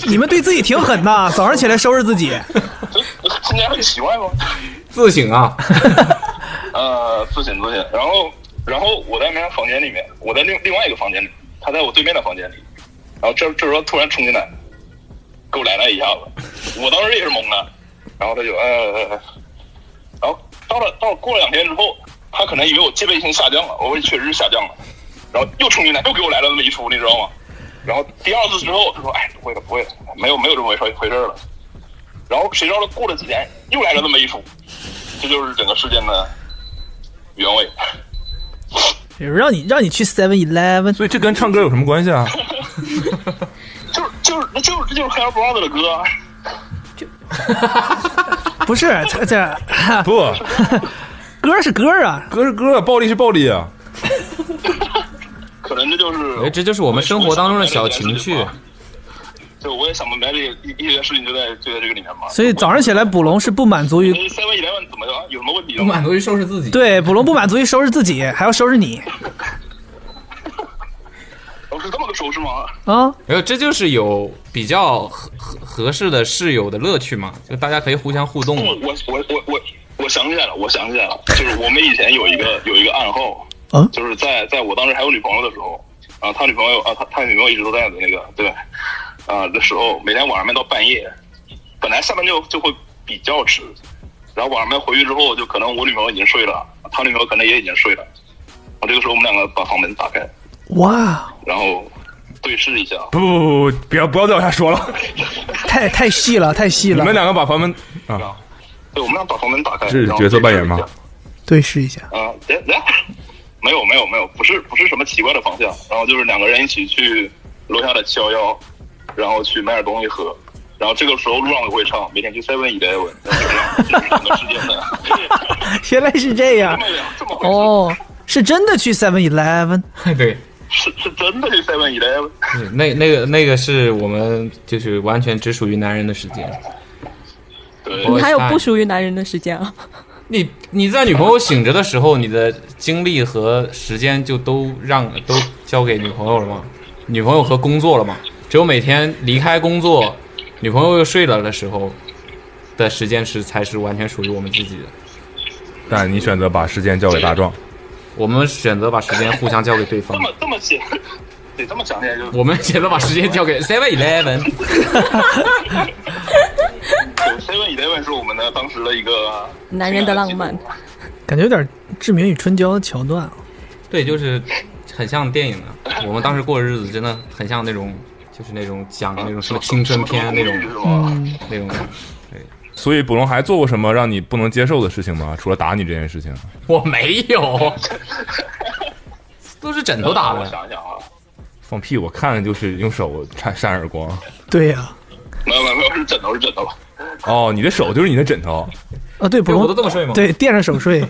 S2: 你们对自己挺狠呐！早上起来收拾自己，
S5: 今年很奇怪吗？
S3: 自省啊！
S5: 呃，自省自省。然后，然后我在那间房间里面，我在另另外一个房间里，他在我对面的房间里。然后这这时候突然冲进来，给我来了一下子，我当时也是懵的。然后他就呃，呃然后到了到了过了两天之后，他可能以为我戒备心下降了，我说确实是下降了。然后又冲进来，又给我来了那么一出，你知道吗？然后第二次之后，他说：“哎，不会了，不会了，没有没有这么回事回事儿了。”然后谁知道他过了几天又来了这么一出，这就是整个事件的原委。
S2: 比如让你让你去 Seven Eleven，
S4: 所以这跟唱歌有什么关系
S2: <laughs>
S4: 啊？
S5: <laughs> 就是就是那就是这就是 Hell Brother 的歌啊，
S2: <laughs> 不是这这
S4: 不，
S2: <laughs> 歌是歌啊，
S4: 歌是歌，暴力是暴力啊。
S5: 可能这就是
S3: 哎，这就是我们生活当中的小情趣。
S6: 啊
S5: 就我也想不明白这一一些事情就在就在这个里面嘛。
S2: 所以早上起来捕龙是不
S6: <laughs>
S2: 满足于
S5: 你 Seven Eleven 怎么了？有什么问题
S6: 我
S5: 吗？
S6: 满足于收拾自己。，
S2: 对捕龙不满足于收拾自己，还要收拾你 <laughs>
S5: 我是这么个手势吗？
S2: 啊！
S3: 没有，这就是有比较合合合适的室友的乐趣嘛，就大家可以互相互动
S5: 我
S3: 嘛。
S5: 我我我我我想起来了，我想起来了，就是我们以前有一个有一个暗号，
S4: 啊
S2: 嗯
S5: 就是在在我当时还有女朋友的时候，啊，他女朋友啊，他他女朋友一直都在的那个对，啊的时候，每天晚上卖到半夜，本来下班就就会比较迟，然后晚上卖回去之后，就可能我女朋友已经睡了，他女朋友可能也已经睡了，我这个时候我们两个把房门打开，
S2: 哇，
S5: 然后对视一下，
S4: 不不不不，不要不要再往下说了。
S2: <laughs> 太太细了，太细
S4: 你
S2: 了
S4: 们。两个把房门啊，
S5: 对，我们俩把房门打开，
S4: 是
S5: 然后
S4: 角色扮演吗
S5: 对视一下
S2: 对视一下，
S5: 啊，来来，没有没有没有，不是不是什么奇怪的方向，然后就是两个人一起去楼下的七幺幺，然后去买点东西喝，然后这个时候路上我会唱，每天去 Seven Eleven，就是这样，就是整个时间的，
S2: 原来是这
S5: 这
S2: 样
S5: 么样这么回事，
S2: 哦，是真的去 Seven Eleven
S6: <laughs> 对，
S5: 是是真的去 Seven Eleven，
S3: 是那那个那个是我们就是完全只属于男人的时间。
S5: 对，
S3: 我
S1: 你还有
S3: 看
S1: 不属于男人的时间啊？
S3: 你你在女朋友醒着的时候，你的精力和时间就都让都交给女朋友了吗？女朋友和工作了吗？只有每天离开工作，女朋友又睡了的时候的时间是才是完全属于我们自己的。
S4: 但你选择把时间交给大壮，
S3: 我们选择把时间互相交给对方
S5: 这，么这么写，得这么讲起来就
S3: 我们选择把时间交给 Seven Eleven。
S5: Seven Eleven 是我们的当时的一个
S1: 男人的浪漫，
S2: 感觉有点《志明与春娇》的桥段啊。
S3: 对，就是很像电影的。我们当时过的日子真的很像那种，就是那种讲那种什么青春片那种
S5: 是吧？
S1: 嗯
S3: 那种。
S4: 所以捕龙还做过什么让你不能接受的事情吗？除了打你这件事情，
S3: 我没
S1: <laughs>
S3: 有，都是枕头打
S5: 我
S3: 的。
S5: 想一想啊，
S4: 放屁！我看着就是用手扇扇耳光。
S2: 对呀、
S5: 没有没有没有，是枕头是枕头。
S4: 哦，你的手就是你的枕头，
S2: 啊，对，不
S6: 对，我都
S2: 用
S6: 这么睡嘛。，
S2: 对垫着手睡，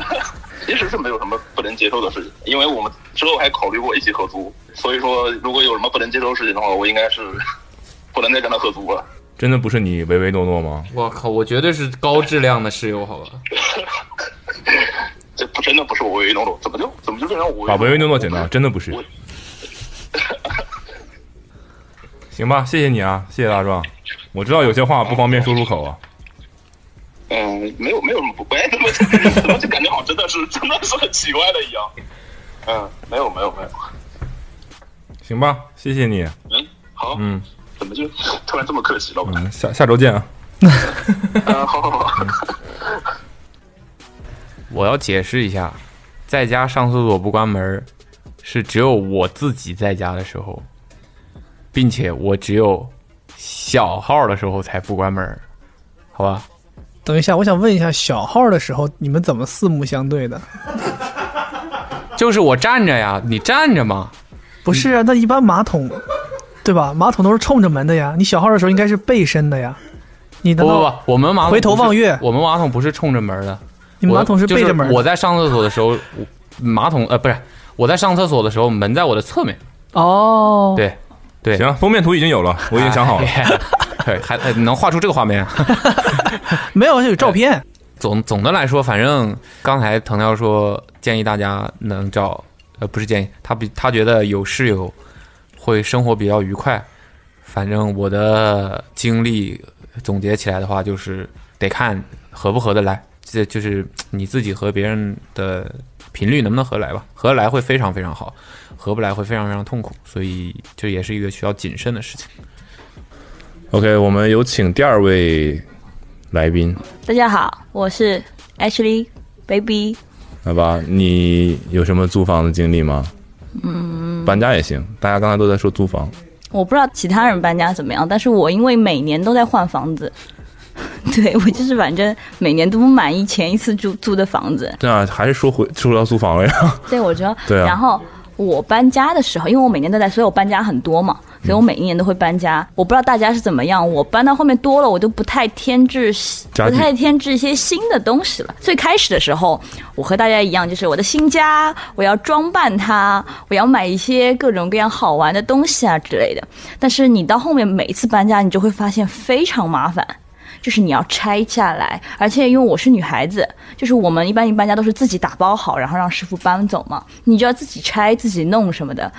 S2: <laughs>
S5: 其实是没有什么不能接受的事情，因为我们之后还考虑过一起合租，所以说如果有什么不能接受的事情的话，我应该是 <laughs> 不能再跟他合租了。
S4: 真的不是你唯唯诺诺吗？
S3: 我靠，我绝对是高质量的室友，好吧？
S5: <laughs> 这不真的不是我唯唯诺诺，怎么就怎么就变成我
S4: 把唯唯诺诺剪掉，真的不是。行吧，谢谢你啊，谢谢大壮。我知道有些话不方便说出口啊。
S5: <laughs> 嗯，没有没有什么不，哎，怎么怎么就感觉好像真的是真的是很奇怪的一样。嗯，没有没有没有，
S4: 行吧，谢谢你。
S5: 嗯，好，
S4: 嗯
S5: 怎么就突然这么客气了？ <laughs> 我
S4: 嗯，下下周见啊。
S5: 嗯，好好好，
S3: 我要解释一下，在家上厕所不关门儿，是只有我自己在家的时候，并且我只有小号的时候才不关门儿，好吧？
S2: 等一下，我想问一下，小号的时候你们怎么四目相对的？
S3: 就是我站着呀，你站着嘛，
S2: 不是啊，那一般马桶，对吧？马桶都是冲着门的呀。你小号的时候应该是背身的呀。你难
S3: 不不
S2: 道
S3: 不，我们马桶
S2: 回头
S3: 不是
S2: 望月
S3: 我们马桶不是冲着门儿的，
S2: 你马桶
S3: 我
S2: 是背着门
S3: 就
S2: 的？
S3: 是我在上厕所的时候，我马桶呃不是我在上厕所的时候，门在我的侧面。
S2: 哦，
S3: 对，对，
S4: 行，封面图已经有了，我已经想好了。 <laughs>
S3: 哎。对，还还能画出这个画面啊。
S2: <laughs> 没有，有照片。
S3: 总总的来说，反正刚才藤条说建议大家能找，呃，不是建议，他比他觉得有室友会生活比较愉快。反正我的经历总结起来的话，就是得看合不合得来，这就是你自己和别人的频率能不能合得来吧。合得来会非常非常好，合不来会非常非常痛苦，所以这也是一个需要谨慎的事情。
S4: OK，我们有请第二位来宾，
S7: 大家好，我是 Ashley Baby。
S4: 来吧，你有什么租房的经历吗？嗯，搬家也行。大家刚才都在说租房，
S7: 我不知道其他人搬家怎么样，但是我因为每年都在换房子， <laughs> 对我就是反正每年都不满意前一次租租的房子，
S4: 对啊，还是说回说到租房了呀？ <laughs>
S7: 对，我知道。
S4: 对啊
S7: 然后我搬家的时候，因为我每年都在，所以我搬家很多嘛，所以我每一年都会搬家。我不知道大家是怎么样，我搬到后面多了，我就不太添置新，
S4: 家
S7: 不
S4: 具
S7: 太添置一些新的东西了。最开始的时候，我和大家一样，就是我的新家，我要装扮它，我要买一些各种各样好玩的东西啊之类的。但是你到后面每一次搬家，你就会发现非常麻烦。就是你要拆下来，而且因为我是女孩子，就是我们一般一般家都是自己打包好，然后让师傅搬走嘛，你就要自己拆、自己弄什么的，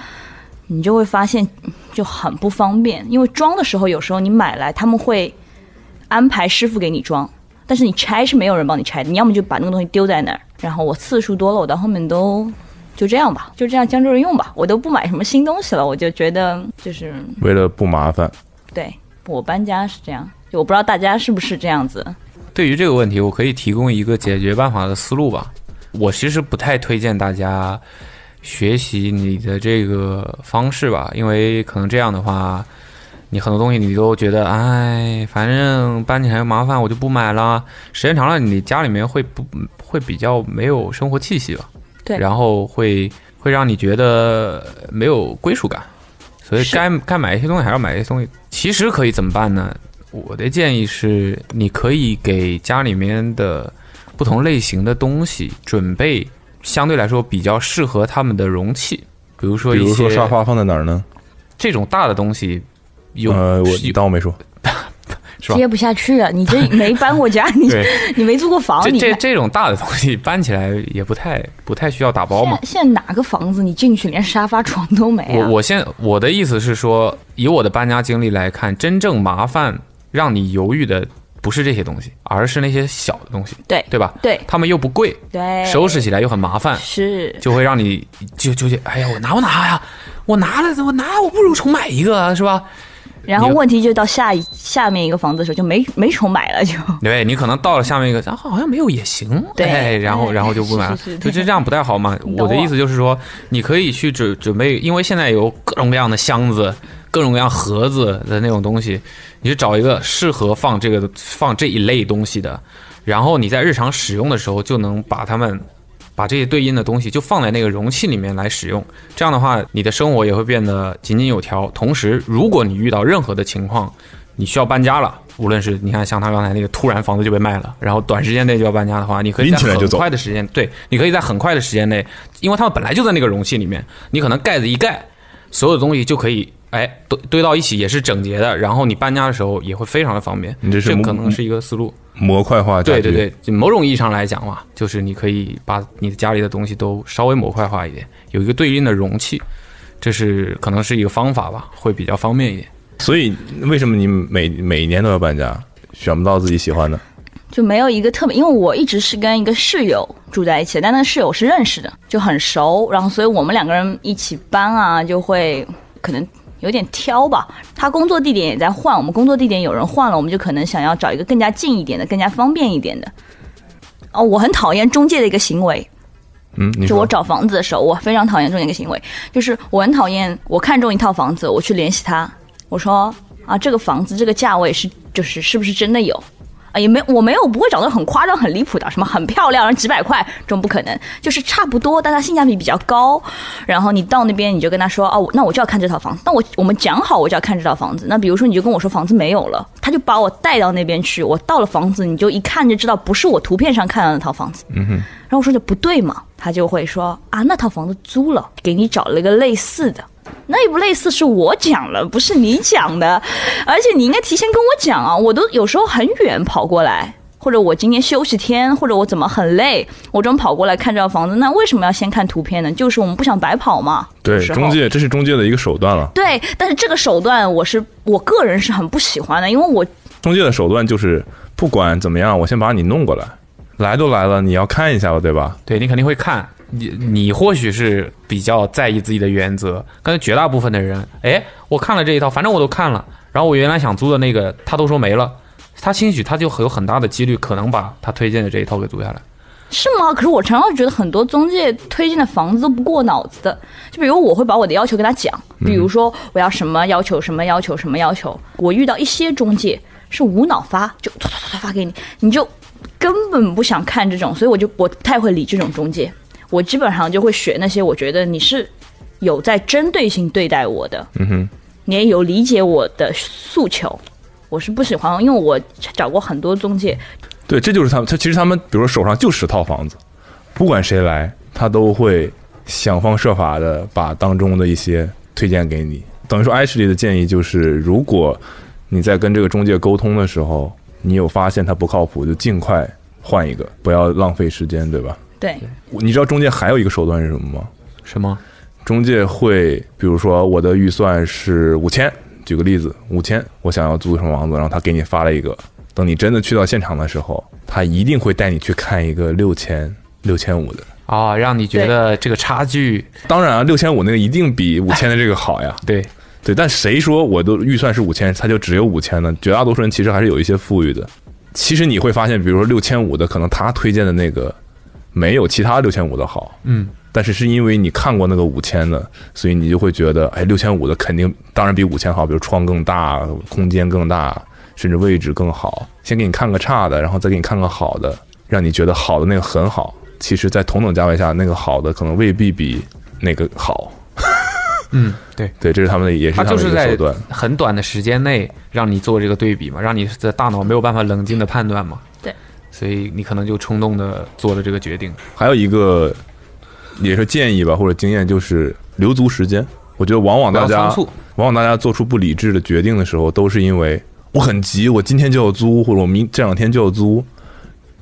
S7: 你就会发现嗯就很不方便。因为装的时候，有时候你买来他们会安排师傅给你装，但是你拆是没有人帮你拆的，你要么就把那个东西丢在那儿。然后我次数多了，我到后面都。就这样吧，就这样将就着用吧。我都不买什么新东西了，我就觉得就是
S4: 为了不麻烦，
S7: 对我搬家是这样，就我不知道大家是不是这样子。
S3: 对于这个问题，我可以提供一个解决办法的思路吧。我其实不太推荐大家学习你的这个方式吧，因为可能这样的话，你很多东西你都觉得，哎，反正搬起来麻烦，我就不买了。时间长了，你家里面会不会比较没有生活气息吧？
S7: 对
S3: 然后会会让你觉得没有归属感，所以
S7: 是
S3: 该该买一些东西还是要买一些东西。其实可以怎么办呢？我的建议是，你可以给家里面的不同类型的东西准备相对来说比较适合他们的容器，比如说
S4: 比
S3: 一
S4: 如
S3: 些
S4: 说沙发放在哪儿呢？
S3: 这种大的东西有，
S4: 呃，我
S3: 是
S4: 你
S3: 有
S4: 当我没说，
S3: <laughs> 是吧
S7: 接不下去啊！你这没搬过家，
S3: <laughs>
S7: 你
S3: 对
S7: <laughs> 你没租过房，
S3: 这
S7: 你
S3: 这这种大的东西搬起来也不太不太需要打包
S7: 现
S3: 嘛
S7: 在。现在哪个房子你进去连沙发床都没
S3: 哦我
S7: 啊？
S3: 我现我的意思是说，以我的搬家经历来看，真正麻烦让你犹豫的不是这些东西，而是那些小的东西，
S7: 对
S3: 对吧？
S7: 对
S3: 他们又不贵，
S7: 对，
S3: 收拾起来又很麻烦，
S7: 是
S3: 就会让你就纠结，哎呀，我拿不拿呀？我拿了，我拿，我不如重买一个啊，是吧？
S7: 然后问题就到下一下面一个房子的时候就没没重买了，就
S3: 对你可能到了下面一个，啊，好像没有也行，
S7: 对
S3: 哎然后
S7: 哎
S3: 然后就不买了，
S7: 是是是
S3: 就
S7: 对
S3: 就这样不太好嘛。
S7: 你
S3: 我
S7: 懂
S3: 的
S7: 我
S3: 意思就是说，你可以去准准备，因为现在有各种各样的箱子、各种各样盒子的那种东西，你就找一个适合放这个放这一类东西的，然后你在日常使用的时候就能把它们。把这些对应的东西就放在那个容器里面来使用，这样的话，你的生活也会变得井井有条。同时，如果你遇到任何的情况，你需要搬家了，无论是你看像他刚才那个突然房子就被卖了，然后短时间内就要搬家的话，你可以
S4: 拎
S3: 在
S4: 起来就
S3: 很
S4: 走
S3: 快的时间，对，你可以在很快的时间内，因为他们本来就在那个容器里面，你可能盖子一盖，所有的东西就可以。哎，堆堆到一起也是整洁的，然后你搬家的时候也会非常的方便。
S4: 你这是
S3: 可
S4: 目
S3: 能是一个思路。
S4: 模块化家具，
S3: 对对对，就某种意义上来讲嘛，就是你可以把你的家里的东西都稍微模块化一点，有一个对应的容器，这是可能是一个方法吧，会比较方便一点。
S4: 所以为什么你每每年都要搬家，选不到自己喜欢的？
S7: 就没有一个特别，因为我一直是跟一个室友住在一起，但那个室友是认识的，就很熟，然后所以我们两个人一起搬啊，就会可能有点挑吧。他工作地点也在换，我们工作地点有人换了，我们就可能想要找一个更加近一点的、更加方便一点的。哦，我很讨厌中介的一个行为，
S4: 嗯，你
S7: 就
S4: 说
S7: 我找房子的时候，我非常讨厌中介的一个行为，就是我很讨厌我看中一套房子，我去联系他，我说啊，这个房子这个价位是就是是不是真的有？啊，也没我没有不会找到很夸张、很离谱的，什么很漂亮，然后几百块这种不可能，就是差不多，但它性价比比较高。然后你到那边你就跟他说，哦，我那我就要看这套房子，那我我们讲好我就要看这套房子。那比如说你就跟我说房子没有了，他就把我带到那边去，我到了房子你就一看就知道不是我图片上看到的那套房子。嗯哼。然后我说这不对嘛，他就会说啊，那套房子租了，给你找了一个类似的。那不类似是我讲了，不是你讲的，而且你应该提前跟我讲啊！我都有时候很远跑过来，或者我今天休息天，或者我怎么很累，我这么跑过来看这套房子，那为什么要先看图片呢？就是我们不想白跑嘛。有
S4: 对
S7: 时候
S4: 中介，这是中介的一个手段了。
S7: 对，但是这个手段我是我个人是很不喜欢的，因为我
S4: 中介的手段就是不管怎么样，我先把你弄过来，来都来了，你要看一下吧，对吧？
S3: 对你肯定会看，你你或许是比较在意自己的原则，跟绝大部分的人，哎，我看了这一套，反正我都看了，然后我原来想租的那个，他都说没了，他兴许他就很有很大的几率可能把他推荐的这一套给租下来。
S7: 是吗？可是我常常觉得很多中介推荐的房子都不过脑子的，就比如我会把我的要求跟他讲，比如说我要什么要求，什么要求，什么要求。我遇到一些中介，是无脑发，就突突突突发给你，你就根本不想看这种，所以我就我不太会理这种中介，我基本上就会选那些我觉得你是有在针对性对待我的，
S4: 嗯哼，
S7: 你也有理解我的诉求。我是不喜欢，因为我找过很多中介，
S4: 对，这就是他们。他其实他们，比如说手上就十套房子，不管谁来，他都会想方设法的把当中的一些推荐给你。等于说，Ashley 的建议就是，如果你在跟这个中介沟通的时候，你有发现他不靠谱，就尽快换一个，不要浪费时间，对吧？
S7: 对，
S4: 你知道中介还有一个手段是什么吗？
S3: 什么？
S4: 中介会，比如说我的预算是五千，举个例子，五千，我想要租什么房子，然后他给你发了一个，等你真的去到现场的时候，他一定会带你去看一个六千、六千五的。
S3: 哦，让你觉得这个差距，
S4: 当然啊，六千五那个一定比五千的这个好呀。
S3: <laughs> 对，
S4: 对，但谁说我的预算是五千，他就只有五千呢？绝大多数人其实还是有一些富裕的。其实你会发现，比如说六千五的，可能他推荐的那个没有其他六千五的好，
S3: 嗯，
S4: 但是是因为你看过那个五千的，所以你就会觉得，哎，六千五的肯定当然比五千好，比如窗更大，空间更大，甚至位置更好。先给你看个差的，然后再给你看个好的，让你觉得好的那个很好。其实，在同等价位下，那个好的可能未必比那个好。
S3: 嗯，对，
S4: 对，这是他们的，也是
S3: 他
S4: 他
S3: 就
S4: 们的
S3: 是
S4: 一个手
S3: 在
S4: 段。
S3: 很短的时间内让你做这个对比嘛，让你的大脑没有办法冷静的判断嘛。
S7: 对，
S3: 所以你可能就冲动的做了这个决定。
S4: 还有一个也是建议吧，或者经验就是留足时间。我觉得往往
S3: 不
S4: 大
S3: 要
S4: 家
S3: 仓促，
S4: 往往大家做出不理智的决定的时候，都是因为我很急，我今天就要租，或者我明这两天就要租。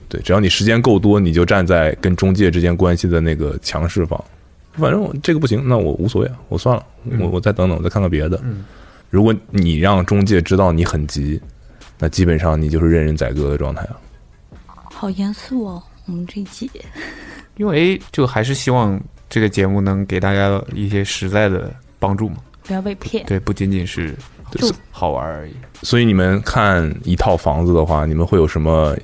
S4: 对，只要你时间够多，你就站在跟中介之间关系的那个强势方。反正我这个不行，那我无所谓，啊我算了，
S3: 嗯
S4: 我我再等等，我再看看别的。如果你让中介知道你很急，那基本上你就是任人宰割的状态啊了。
S7: 好严肃哦，我们这一集。
S3: 因为就还是希望这个节目能给大家一些实在的帮助嘛。
S7: 不要被骗。
S3: 对，不仅仅是
S7: 就
S3: 好玩而已。
S4: 所以你们看一套房子的话，你们会有什么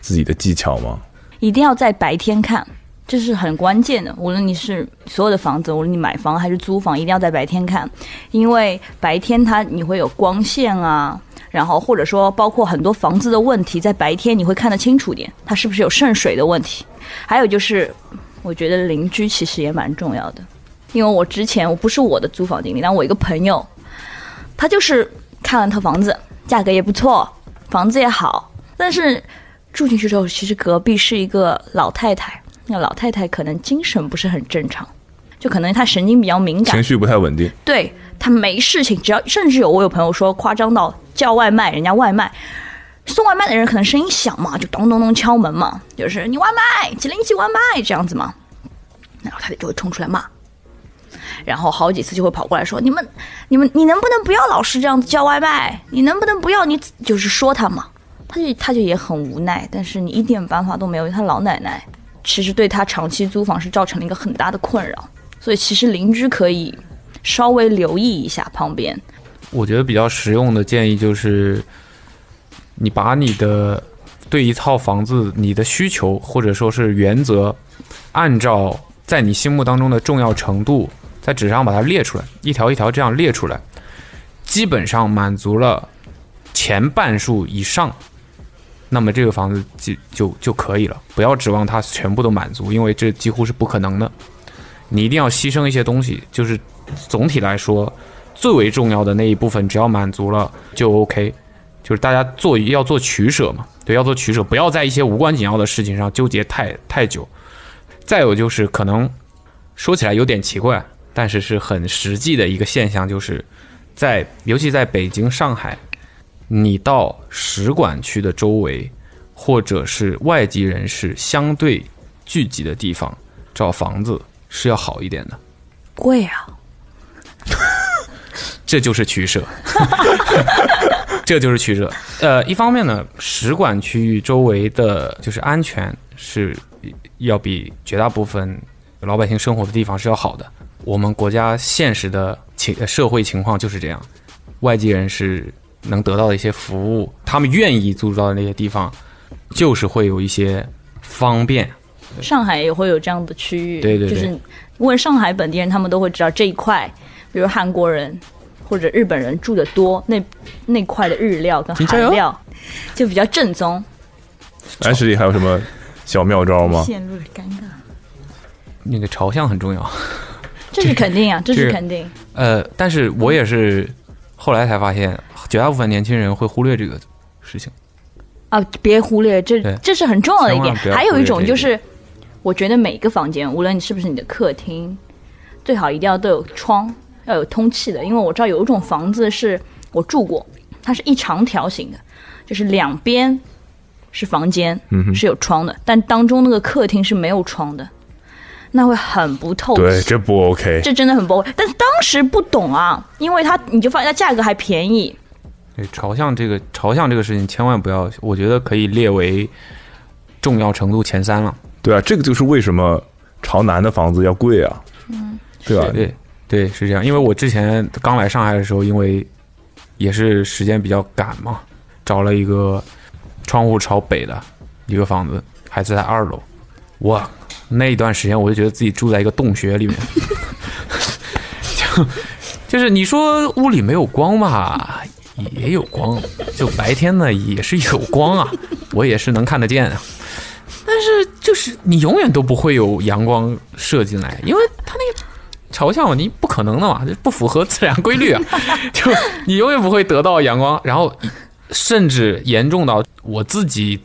S4: 自己的技巧吗？
S7: 一定要在白天看，这是很关键的。无论你是所有的房子，无论你买房还是租房，一定要在白天看，因为白天它你会有光线啊，然后或者说包括很多房子的问题，在白天你会看得清楚点，它是不是有渗水的问题。还有就是，我觉得邻居其实也蛮重要的，因为我之前我不是我的租房经理，但我一个朋友，他就是看了套房子，价格也不错，房子也好，但是住进去之后，其实隔壁是一个老太太，那个老太太可能精神不是很正常，就可能她神经比较敏感
S4: 情，绪不太稳定，
S7: 对她没事情，只要甚至有我有朋友说夸张到叫外卖，人家外卖。送外卖的人可能声音小嘛，就咚咚咚敲门嘛，就是你外卖几零几外卖这样子嘛，然后他就会冲出来骂，然后好几次就会跑过来说你们你们你能不能不要老是这样子叫外卖？你能不能不要你就是说他嘛？他就他就也很无奈，但是你一点办法都没有。因为他老奶奶其实对他长期租房是造成了一个很大的困扰，所以其实邻居可以稍微留意一下旁边。
S3: 我觉得比较实用的建议就是，你把你的对一套房子你的需求或者说是原则，按照在你心目当中的重要程度，在纸上把它列出来，一条一条这样列出来，基本上满足了前半数以上，那么这个房子就就就可以了。不要指望它全部都满足，因为这几乎是不可能的。你一定要牺牲一些东西，就是总体来说，最为重要的那一部分，只要满足了就 OK。就是大家做要做取舍嘛，对，要做取舍，不要在一些无关紧要的事情上纠结太太久。再有就是，可能说起来有点奇怪，但是是很实际的一个现象，就是在尤其在北京、上海，你到使馆区的周围，或者是外籍人士相对聚集的地方，找房子是要好一点的。
S7: 贵啊，
S3: 这就是取舍，这就是取舍。呃，一方面呢，使馆区域周围的就是安全是要比绝大部分老百姓生活的地方是要好的。我们国家现实的情呃社会情况就是这样，外籍人士能得到的一些服务，他们愿意租到的那些地方，就是会有一些方便。
S7: 上海也会有这样的区域，
S3: 对对对
S7: 就是问上海本地人，他们都会知道这一块，比如韩国人或者日本人住的多，那那块的日料跟
S3: 请加油
S7: 韩料就比较正宗。
S4: 安石里还有什么小妙招吗？
S7: 陷入了尴尬，
S3: 那个朝向很重要。
S7: 这是肯定啊，这
S3: 这
S7: 是
S3: 个
S7: 肯定。
S3: 呃，但是我也是后来才发现，绝大部分年轻人会忽略这个事情。
S7: 啊，别忽略这
S3: 对，
S7: 这是很重要的一点。
S3: 千万不要
S7: 还有一种就
S3: 忽略
S7: 是，我觉得每个房间，无论是不是你的客厅，最好一定要都有窗，要有通气的。因为我知道有一种房子是我住过，它是一长条形的，就是两边是房间，
S3: 嗯
S7: 是有窗的，但当中那个客厅是没有窗的，那会很不透气。
S4: 对，这不 OK。
S7: 这真的很不 OK，但是当时不懂啊，因为它你就发现它价格还便宜，
S3: 对，朝向这个朝向这个事情，千万不要，我觉得可以列为重要程度前三了。
S4: 对啊，这个就是为什么朝南的房子要贵啊，
S7: 嗯
S4: 对吧？
S3: 对对，是这样。因为我之前刚来上海的时候，因为也是时间比较赶嘛，找了一个窗户朝北的一个房子，还是在二楼。哇，那一段时间我就觉得自己住在一个洞穴里面， <laughs> 就就是你说屋里没有光吧，也有光，就白天呢也是有光啊， <laughs> 我也是能看得见啊。但是就是你永远都不会有阳光射进来，因为它那个朝向你不可能的嘛，这不符合自然规律啊！ <laughs> 就你永远不会得到阳光，然后甚至严重到我自己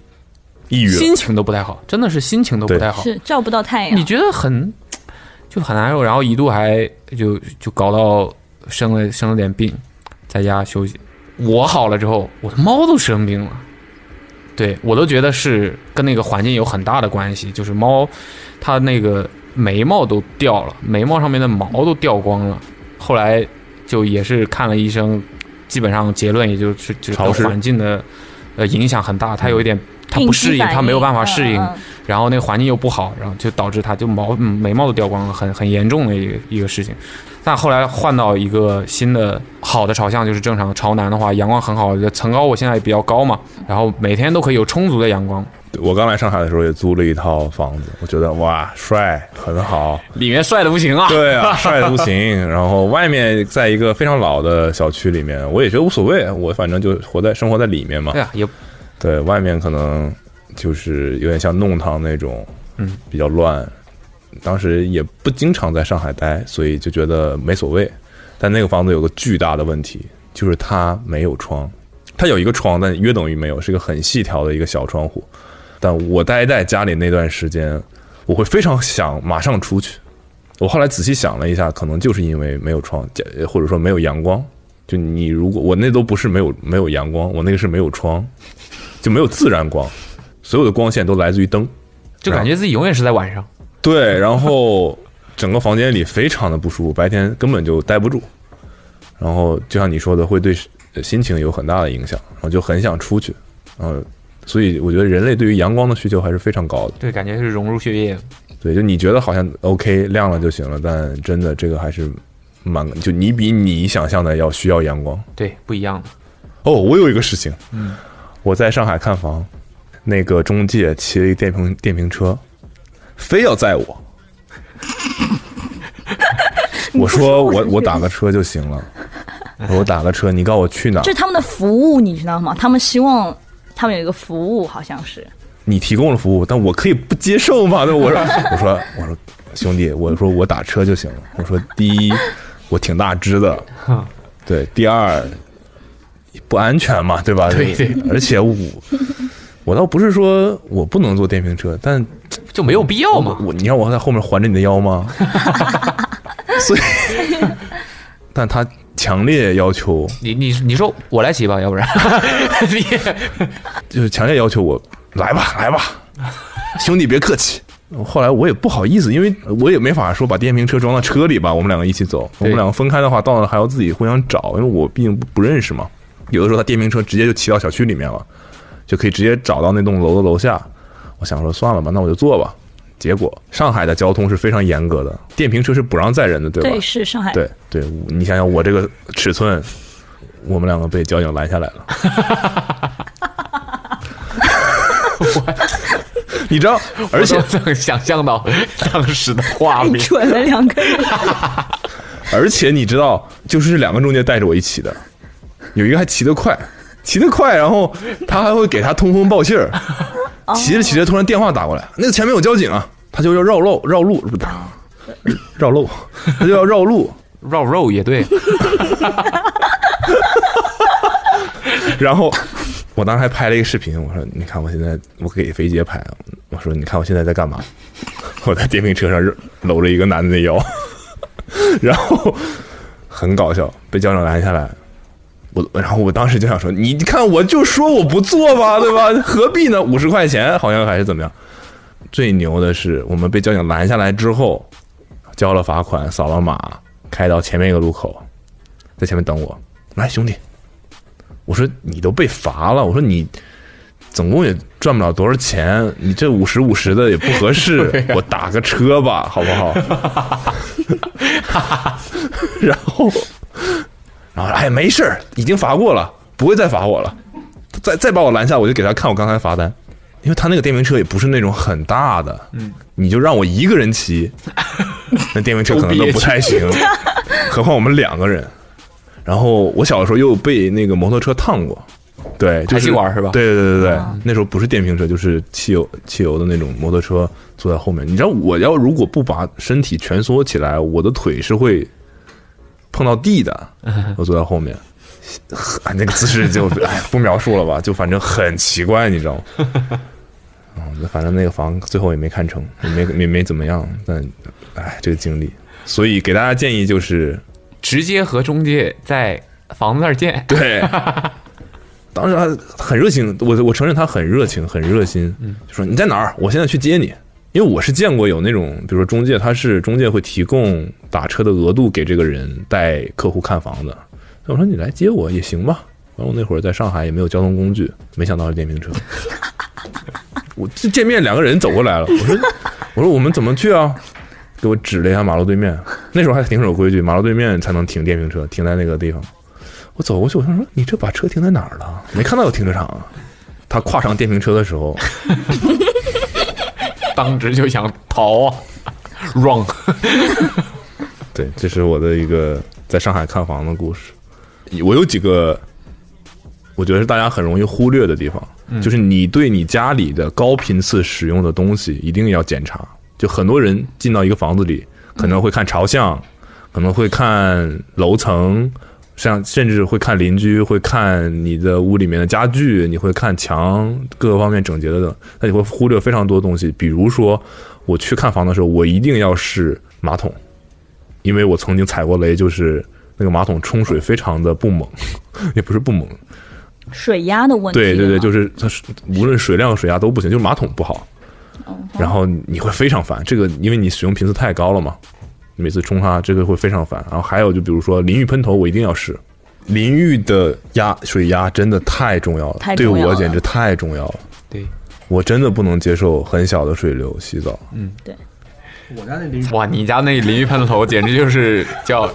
S4: 抑郁了，
S3: 心情都不太好，真的是心情都不
S4: 对
S3: 太好。
S7: 是照不到太阳。
S3: 你觉得很就很难受，然后一度还就就搞到生了生了点病，在家休息。我好了之后，我的猫都生病了，对我都觉得是跟那个环境有很大的关系，就是猫它那个眉毛都掉了，眉毛上面的毛都掉光了。后来就也是看了医生，基本上结论也就是就是
S4: 潮
S3: 跟
S4: 湿
S3: 环境的呃影响很大，它有一点它
S7: 应
S3: 不
S7: 激
S3: 适应，
S7: 反
S3: 它没有
S7: 应
S3: 办法
S7: 嗯
S3: 适应，
S7: 嗯
S3: 然后那个环境又不好，然后就导致他就毛嗯眉毛都掉光了，很很严重的一个一个事情。但后来换到一个新的好的朝向，就是正常朝南的话，阳光很好，层高我现在也比较高嘛，然后每天都可以有充足的阳光，
S4: 对我刚来上海的时候也租了一套房子，我觉得哇，帅，很好。
S3: 里面帅的不行啊。
S4: 对
S3: <laughs>
S4: 啊，帅的不行。然后外面在一个非常老的小区里面，我也觉得无所谓，啊我反正就活在生活在里面嘛
S3: 对。啊，也
S4: 对外面可能就是有点像弄堂那种，
S3: 嗯，
S4: 比较乱。当时也不经常在上海待，所以就觉得没所谓。但那个房子有个巨大的问题，就是它没有窗，它有一个窗，但约等于没有，是一个很细条的一个小窗户。但我待在家里那段时间，我会非常想马上出去。我后来仔细想了一下，可能就是因为没有窗，加或者说没有阳光。就你如果我那都不是没有没有阳光，我那个是没有窗，就没有自然光，所有的光线都来自于灯。
S3: 就感觉自己永远是在晚上。
S4: 对，然后整个房间里非常的不舒服，白天根本就待不住。然后就像你说的，会对呃心情有很大的影响，然后就很想出去。嗯，所以我觉得人类对于阳光的需求还是非常高的。
S3: 对，感觉是融入血液。
S4: 对，就你觉得好像 OK 亮了就行了，但真的这个还是蛮就你比你想象的要需要阳光。
S3: 对，不一样的。
S4: 哦，我有一个事情，嗯，我在上海看房，那个中介骑了一电瓶电瓶车，非要载 <laughs> 我。我说我我打个车就行了，我说我打个车，你告诉我去哪儿
S7: 就？是他们的服务，你知道吗？他们希望他们有一个服务，好像是
S4: 你提供了服务，但我可以不接受吗？对，我说我说我说兄弟，我说我打车就行了。我说第一，我挺大只的，对，第二不安全嘛，对吧？
S3: 对对，
S4: 而且我我倒不是说我不能坐电瓶车，但
S3: 就没有必要嘛。
S4: 我你让我在后面环着你的腰
S3: <laughs>
S4: 吗？所以， <laughs> 但他强烈要求，
S3: 你你你说我来骑吧，要不然你
S4: 就是强烈要求我来吧，来吧，兄弟别客气。后来我也不好意思，因为我也没法说把电瓶车装到车里吧，我们两个一起走。我
S3: 对
S4: 们两个分开的话，到那还要自己互相找，因为我毕竟不不认识嘛。有的时候他电瓶车直接就骑到小区里面了，就可以直接找到那栋楼的楼下。我想说算了吧，那我就坐吧。结果上海的交通是非常严格的，电瓶车是不让载人的，对吧？
S7: 是上海。
S4: 对对，我你想想我这个尺寸，我们两个被交警拦下来 <laughs> 了。你知道，而且
S3: 我都能 <laughs> 想象 <laughs> 到当时的画
S7: 太
S3: 面。
S7: 蠢了，两个人
S4: 而且你知道，就是两个中介带着我一起的，有一个还骑得快，骑得快，然后他还会给他通风报信儿。骑着骑着，突然电话打过来，那个前面有交警啊，他就要绕路绕路，不是绕路，他就要绕路，
S3: 绕肉也对，
S4: <laughs> 然后我当时还拍了一个视频，我说：“你看我现在，我给肥姐拍，我说你看我现在在干嘛？我在电瓶车上搂着一个男的的腰， <laughs> 然后很搞笑，被交警拦下来。”我然后我当时就想说，你看我就说我不做吧，对吧？何必呢？五十块钱好像还是怎么样？最牛的是，我们被交警拦下来之后，交了罚款，扫了码，开到前面一个路口，在前面等我。来，兄弟，我说你都被罚了，我说你总共也赚不了多少钱，你这五十五十的也不合适， <laughs> 我打个车吧，好不好？ <laughs> 然后，然后哎，没事儿，已经罚过了，不会再罚我了。再再把我拦下，我就给他看我刚才罚单，因为他那个电瓶车也不是那种很大的，嗯，你就让我一个人 <laughs> 骑，那电瓶车可能都不太行，何况我们两个人。然后我小的时候又被那个摩托车烫过，对，就
S3: 排气
S4: 是
S3: 管是吧啊
S4: 对对对对对，那时候不是电瓶车，就是汽油汽油的那种摩托车，坐在后面。你知道，我要如果不把身体蜷缩起来，我的腿是会碰到地
S3: <laughs>
S4: 的。我坐在后面， <laughs> 啊，那个姿势就 <laughs> 哎不描述了吧，就反正很奇怪，你知道吗？嗯，反正那个房最后也没看成，也没没没怎么样，但哎，这个经历，所以给大家建议就是，
S3: 直接和中介在房子那儿见。
S4: 对，当时他很热情，我我承认他很热情，很热心，就说你在哪儿，我现在去接你。因为我是见过有那种，比如说中介，他是中介会提供打车的额度给这个人带客户看房子。那我说你来接我也行吧。然后那会儿在上海也没有交通工具，没想到是电瓶车。我这见面两个人走过来了，我说我说我们怎么去啊？给我指了一下马路对面，那时候还挺守规矩，马路对面才能停电瓶车，停在那个地方。我走过去，我想说你这把车停在哪儿了？没看到有停车场啊。他跨上电瓶车的时候，
S3: 当时就想逃啊，run。
S4: 对，这是我的一个在上海看房的故事。我有几个，我觉得是大家很容易忽略的地方，就是你对你家里的高频次使用的东西一定要检查。就很多人进到一个房子里，可能会看朝向，可能会看楼层，像甚至会看邻居，会看你的屋里面的家具，你会看墙各个方面整洁的等，那你会忽略非常多东西。比如说，我去看房的时候，我一定要试马桶。因为我曾经踩过雷，就是那个马桶冲水非常的不猛，也不是不猛，
S7: 水压的问题吗。哦
S4: 对对对，就是它是无论水量和水压都不行，就是马桶不好，
S7: 嗯
S4: 然后你会非常烦。这个因为你使用频次太高了嘛，你每次冲它这个会非常烦。然后还有就比如说淋浴喷头，我一定要试。淋浴的压水压真的太重要了，
S7: 太
S4: 对
S7: 重要
S4: 我
S7: 了
S4: 简直太重要了。
S3: 对，
S4: 我真的不能接受很小的水流洗澡。
S2: 我家那淋浴
S3: 哇，你家那淋浴喷头简直就是叫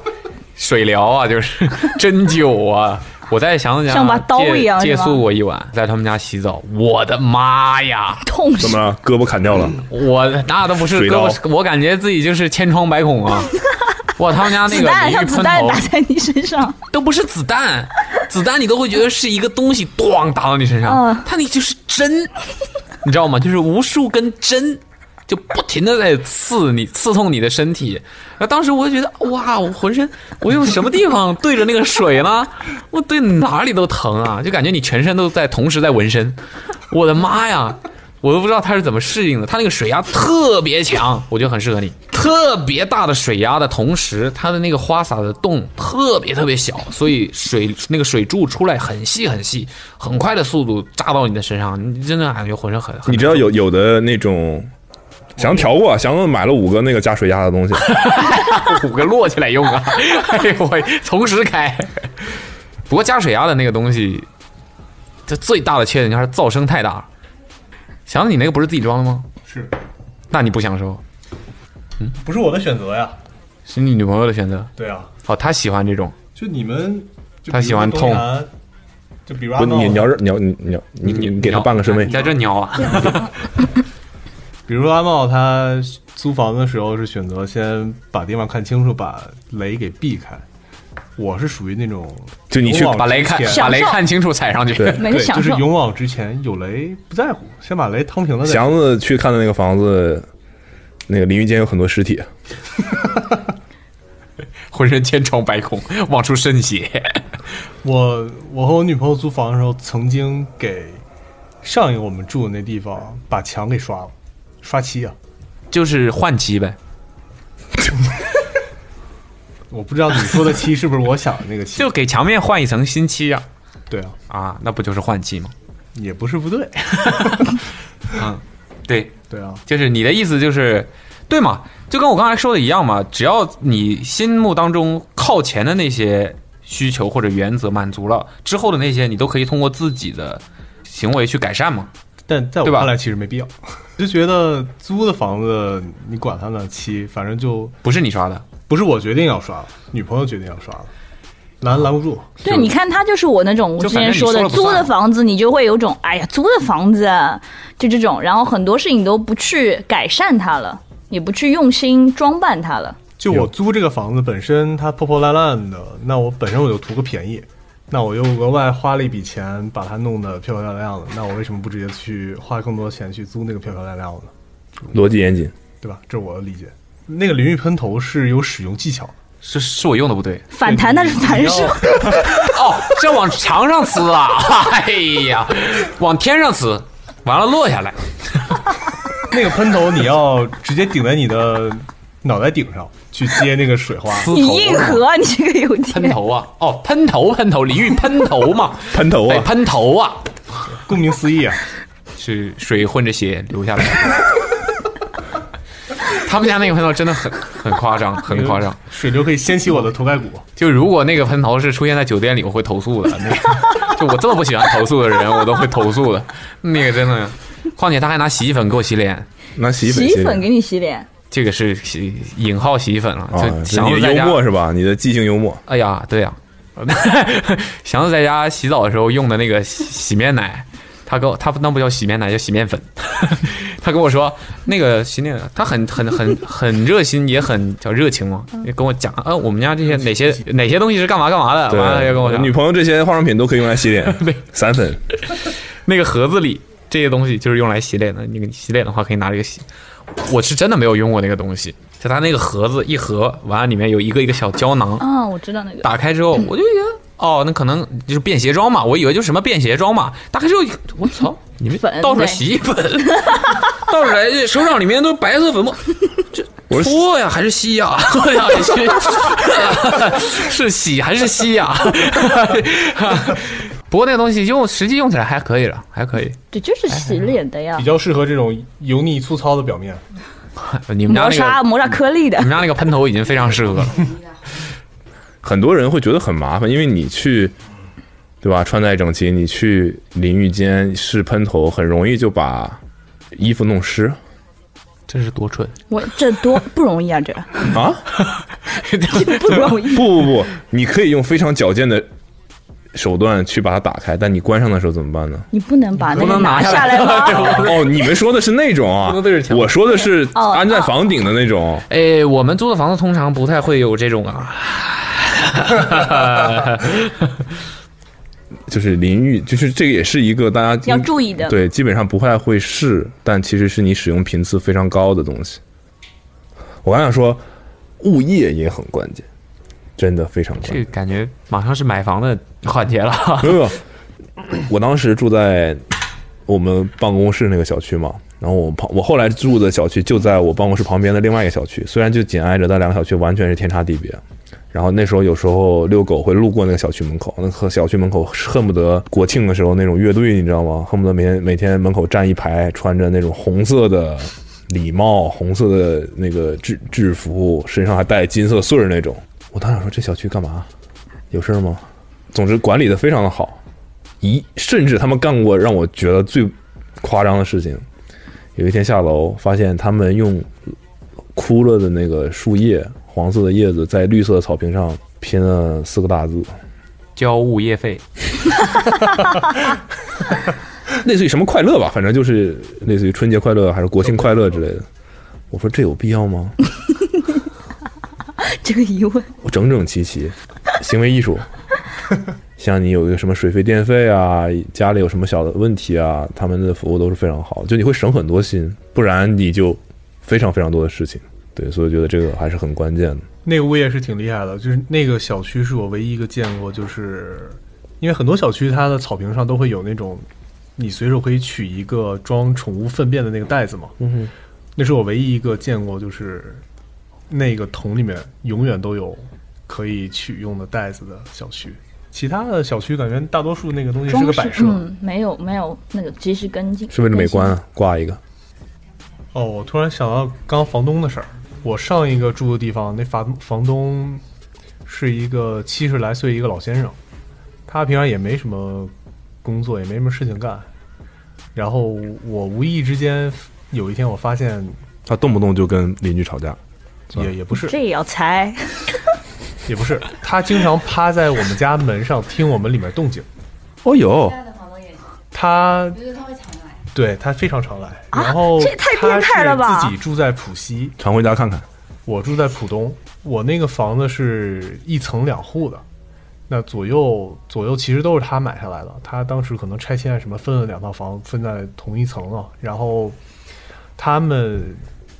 S3: 水疗啊，就是针
S4: <laughs>
S3: 灸啊！我在想想，
S7: 像把刀一样
S3: 借
S7: 是吧
S3: 宿过一晚，在他们家洗澡，我的妈呀！
S7: 痛
S4: 怎
S7: 死
S4: 么。了？胳膊砍掉了？
S3: 我那都不是
S4: 水
S3: 哥，
S4: 刀
S3: 我我感觉自己就是千疮百孔
S7: <laughs>
S3: 啊！哇， <laughs> 他们家那
S7: 子
S3: 个
S7: 弹
S3: 淋
S7: 像
S3: 浴
S7: 子
S3: 喷
S7: 弹
S3: 头啊
S7: 打在你身上，
S3: 都不是子弹，子弹你都会觉得是一个东西咣打到你身上
S7: 嗯，
S3: 它那就是针， <laughs> 你知道吗？就是无数根针。就不停的在刺你，刺痛你的身体。那当时我就觉得，哇，我浑身，我用什么地方对着那个水呢？我对哪里都疼啊，就感觉你全身都在同时在纹身。我的妈呀，我都不知道他是怎么适应的。他那个水压特别强，我觉得很适合你。特别大的水压的同时，它的那个花洒的洞特别特别小，所以水那个水柱出来很细很细，很快的速度扎到你的身上，你真的感觉浑身很。很
S4: 你知道有有的那种翔调
S3: 嗯
S4: 过，翔买了五个那个加水压的东
S3: <laughs>
S4: 西，
S3: 五个摞起来用啊！哎呦喂，同时开。不过加水压的那个东西，这最大的缺点就是噪声太大。祥子，你那个不是自己装的吗？
S6: 是，
S3: 那你不享受，
S6: <laughs> 不是我的选择呀。
S3: 是你女朋友的选择。
S6: 对啊，
S3: 哦，她喜欢这种，
S6: 就你们，就
S3: 他
S6: 比如
S3: 喜欢
S6: 说
S3: 痛
S6: 东南，就比如
S4: 不，
S6: 阿
S4: 你
S6: 闹
S4: 你要是你要你你要你你你给他办个身位
S3: 你，在这鸟啊！
S6: <laughs> 比如说阿茂他租房的时候是选择先把地方看清楚，把雷给避开。我是属于那种
S4: 就你去
S6: 勇往
S4: 把
S3: 把雷看
S6: 直前
S7: 下
S3: 把雷看清楚踩上去。
S4: 对
S7: 没
S6: 对，
S7: 享
S6: 就是
S7: 受，
S6: 勇往直前，有雷不在乎，先把雷趟平了再说。
S4: 祥子去看的那个房子，那个淋浴间有很多尸体，
S3: <laughs> 浑身千疮百孔，望出渗血。
S6: 我我和我女朋友租房的时候，曾经给上一个我们住的那地方把墙给刷了，刷漆啊，
S3: <laughs> 就是换妻呗，
S6: 我不知道你说的漆是不是我想的那个漆
S3: 就？给墙面换一层新漆呀、
S6: 对啊，
S3: 啊！那不就是换妻吗？啊
S6: 也不是不
S3: <laughs>
S6: 对，
S3: 对，
S6: 对啊，
S3: 就是你的意思就是，对嘛？就跟我刚才说的一样嘛，只要你心目当中靠前的那些需求或者原则满足了，之后的那些你都可以通过自己的行为去改善嘛。
S6: 但在我
S3: 对吧
S6: 看来其实没必要， <laughs> 就觉得租的房子你管它呢漆，反正就
S3: 不是你刷的，
S6: 不是我决定要刷了，女朋友决定要刷了，拦拦不住。
S7: 对，你看他就是我那种我
S3: 就
S7: 之
S3: 反正
S7: 前
S3: 你说
S7: 的
S3: 了不算
S7: 租的房子，你就会有种哎呀租的房子啊就这种，然后很多事情都不去改善它了，也不去用心装扮它了。
S6: 就我租这个房子本身它破破烂烂的，那我本身我就图个便宜，那我又额外花了一笔钱把它弄得漂漂亮亮的，那我为什么不直接去花更多钱去租那个漂漂亮亮的呢？
S4: 逻辑严谨。
S6: 对吧？这是我的理解。那个淋浴喷头是有使用技巧的，
S3: 是是我用的不对。
S7: 反弹那是反手，
S3: 哦，这往墙上呲啊！哎呀，往天上呲，完了落
S7: <laughs>
S3: 下来。
S6: 那个喷头你要直接顶在你的脑袋顶上去接那个水花。
S3: 呲
S7: 你
S3: 头
S7: 硬核啊，你这个有
S3: 喷
S7: 点。
S3: 头啊！哦，喷头，喷头，淋浴喷
S6: <laughs>
S3: 头嘛，
S4: 喷头
S3: 哎，
S4: 啊，
S3: 喷头啊，
S6: 顾名思义啊，
S3: 是水混着血
S6: <laughs>
S3: 流下来的。他们家那个喷头真的很很夸张，很夸张。
S6: 水流可以掀起我的头盖骨。
S3: 就如果那个喷头是出现在酒店里，我会投诉的。那个，就我这么不喜欢投诉的人，我都会投诉的。那个真的，况且他还拿洗衣粉给我洗脸，
S4: 拿洗衣
S7: 洗
S4: 粉
S7: 衣
S4: 洗
S7: 粉给你洗脸，
S3: 这个是洗引号洗衣粉了。
S4: 啊，
S6: 哦
S3: 就
S4: 这
S3: 想
S4: 你
S3: 要
S4: 的
S3: 在
S4: 幽
S3: 家
S4: 默是吧？你的即兴幽默，
S3: 哎呀，对呀、 <laughs> 祥子在家洗澡的时候用的那个洗洗面奶，他跟我他那不叫洗面奶，叫洗面粉。 <laughs> 他跟我说那个洗面，他很很很很热心，也很叫热情嘛，也跟我讲，呃，我们家这些哪些哪些东西是干嘛干嘛的，
S4: 对
S3: 完了又跟我，讲
S4: 女朋友这些化妆品都可以用来洗脸，
S3: <laughs>
S4: 散粉。
S3: 那个盒子里这些东西就是用来洗脸的，那个你洗脸的话可以拿这个洗。我是真的没有用过那个东西，就它那个盒子一盒，完了里面有一个一个小胶囊，
S7: 啊，我知道那个。
S3: 打开之后，我就觉得哦，那可能就是便携装嘛，我以为就是什么便携装嘛。打开之后，我操，你们
S7: 粉
S3: 倒出来
S7: 对
S3: 洗衣粉， <laughs> 倒出来手掌里面都是白色粉末，这搓呀还是吸呀？ <laughs> 我想是是洗还是吸呀？不过那个东西用实际用起来还可以了，还可以。
S7: 对，就是
S3: 哎
S7: 洗脸的呀
S6: 比，较适合这种油腻粗糙的表面。
S3: <laughs> 你们家
S7: 磨
S3: 那
S7: 砂
S3: 个
S7: 磨砂颗粒的
S3: 你。们家那个喷头已经非常适合了，
S4: 很多人会觉得很麻烦，因为你去，对吧？穿戴整齐，你去淋浴间试喷头，很容易就把衣服弄湿
S3: 真是多蠢！
S7: 我这多不容易啊，这
S4: 啊！
S7: <laughs> 不容易。
S4: <laughs> 不不不，你可以用非常矫健的手段去把它打开，但你关上的时候怎么办呢？
S7: 你不能把那
S3: 不
S7: 个
S3: 能拿
S7: 拿
S3: 下
S7: 下
S3: 来
S6: <laughs>
S7: 来吗？
S4: 哦，你们说的是那种啊
S3: 不能对着，墙
S4: 我说的是
S7: 哦
S4: 安在房顶的那种。
S3: 哎，我们租的房子通常不太会有这种 <laughs> 啊，
S4: 就是淋浴，就是这个也是一个大家
S7: 要注意的
S4: 对，基本上不太会试，但其实是你使用频次非常高的东西。我刚想说，物业也很关键，真的非常关
S3: 这
S4: 键。
S3: 感觉马上是买房的环节了。
S4: 没有没有，我当时住在我们办公室那个小区嘛，然后我旁我后来住的小区就在我办公室旁边的另外一个小区，虽然就紧挨着，但两个小区完全是天差地别。然后那时候有时候遛狗会路过那个小区门口，那个小区门口恨不得国庆的时候那种乐队，你知道吗？恨不得每天每天门口站一排，穿着那种红色的礼帽、红色的那个制制服，身上还带金色穗儿那种。我当时说这小区干嘛？有事儿吗？总之管理的非常的好，一甚至他们干过让我觉得最夸张的事情。有一天下楼，发现他们用枯了的那个树叶，黄色的叶子在绿色的草坪上拼了四个大字，
S3: 交物业费，
S4: <laughs> 类似于什么快乐吧，反正就是类似于春节快乐还是国庆快乐之类的。我说这有必要吗？
S7: <laughs> 这个疑问，
S4: 整整齐齐，行为艺术。 <laughs> 像你有一个什么水费、电费啊，家里有什么小的问题啊，他们的服务都是非常好，就你会省很多心，不然你就非常非常多的事情。对，所以我觉得这个还是很关键的。
S6: 那个物业是挺厉害的，就是那个小区是我唯一一个见过，就是因为很多小区它的草坪上都会有那种，你随手可以取一个装宠物粪便的那个袋子嘛，
S4: 嗯哼，
S6: 那是我唯一一个见过，就是那个桶里面永远都有可以取用的袋子的小区。其他的小区感觉大多数那个东西是个
S7: 装
S6: 摆
S7: 饰
S6: 设。
S7: 嗯，没有没有那个及时跟进，
S4: 是为了美观
S7: 更
S4: 啊，挂一个。
S6: 哦，我突然想到刚房东的事儿。我上一个住的地方，那房房东是一个七十来岁一个老先生，他平常也没什么工作，也没什么事情干。然后我无意之间有一天，我发现
S4: 他动不动就跟邻居吵架，嗯
S6: 也也不是
S7: 新，这也要
S6: <laughs>
S7: 猜，
S6: 也不是，他经常趴在我们家门上听我们里面动静。
S4: 哦哟，
S6: 他对他非常常来，然后
S7: 啊这也太变态了吧
S6: 他是自己住在浦西，
S4: 常回家看看。
S6: 我住在浦东，我那个房子是一层两户的，那左右左右其实都是他买下来的。他当时可能拆迁什么分了两套房，分在同一层了。然后他们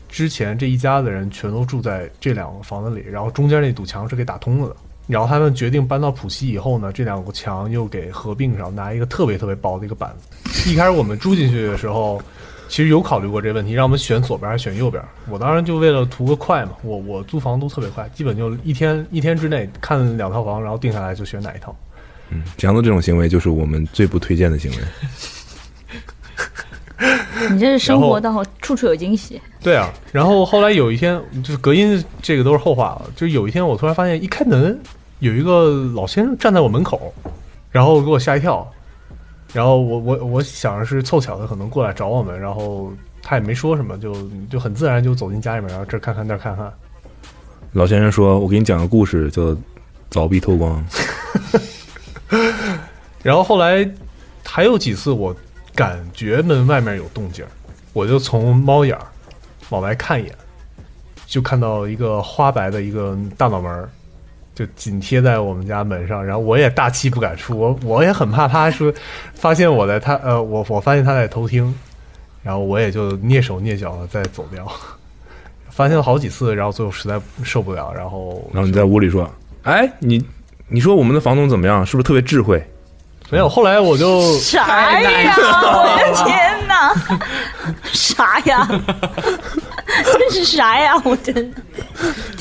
S6: 之前这一家子人全都住在这两个房子里，然后中间那堵墙是给打通了的。然后他们决定搬到浦西以后呢，这两个墙又给合并上，拿一个特别特别薄的一个板子。一开始我们住进去的时候，其实有考虑过这个问题，让我们选左边还是选右边。我当然就为了图个快嘛，我我租房都特别快，基本就一天一天之内看两套房，然后定下来就选哪一套。
S4: 强子这种行为就是我们最不推荐的行为。
S7: 你这是生
S6: 然
S7: 活
S6: 后
S7: 到处处有惊喜，
S6: 对啊，然后后来有一天，就是隔音这个都是后话了。就是有一天我突然发现，一开门有一个老先生站在我门口，然后给我吓一跳。然后我我我想着是凑巧的，可能过来找我们，然后他也没说什么，就就很自然就走进家里面，然后这儿看看那儿看看。
S4: 老先生说：“我给你讲个故事，叫凿壁偷 <laughs> 光。
S6: 然后后来还有几次我感觉门外面有动静儿，我就从猫眼儿往外看一眼，就看到一个花白的一个大脑门儿，就紧贴在我们家门上。然后我也大气不敢出，我我也很怕他说发现我在他呃我我发现他在偷听，然后我也就蹑手蹑脚的再走掉。发现了好几次，然后最后实在受不了，然后”
S4: 然后你在屋里说：“哎，你你说我们的房东怎么样？是不是特别智慧
S6: 没有。后来我就
S7: <laughs> 啥
S6: <laughs>
S7: 哎呀？我的天哪，啥呀？这是啥呀？我真的。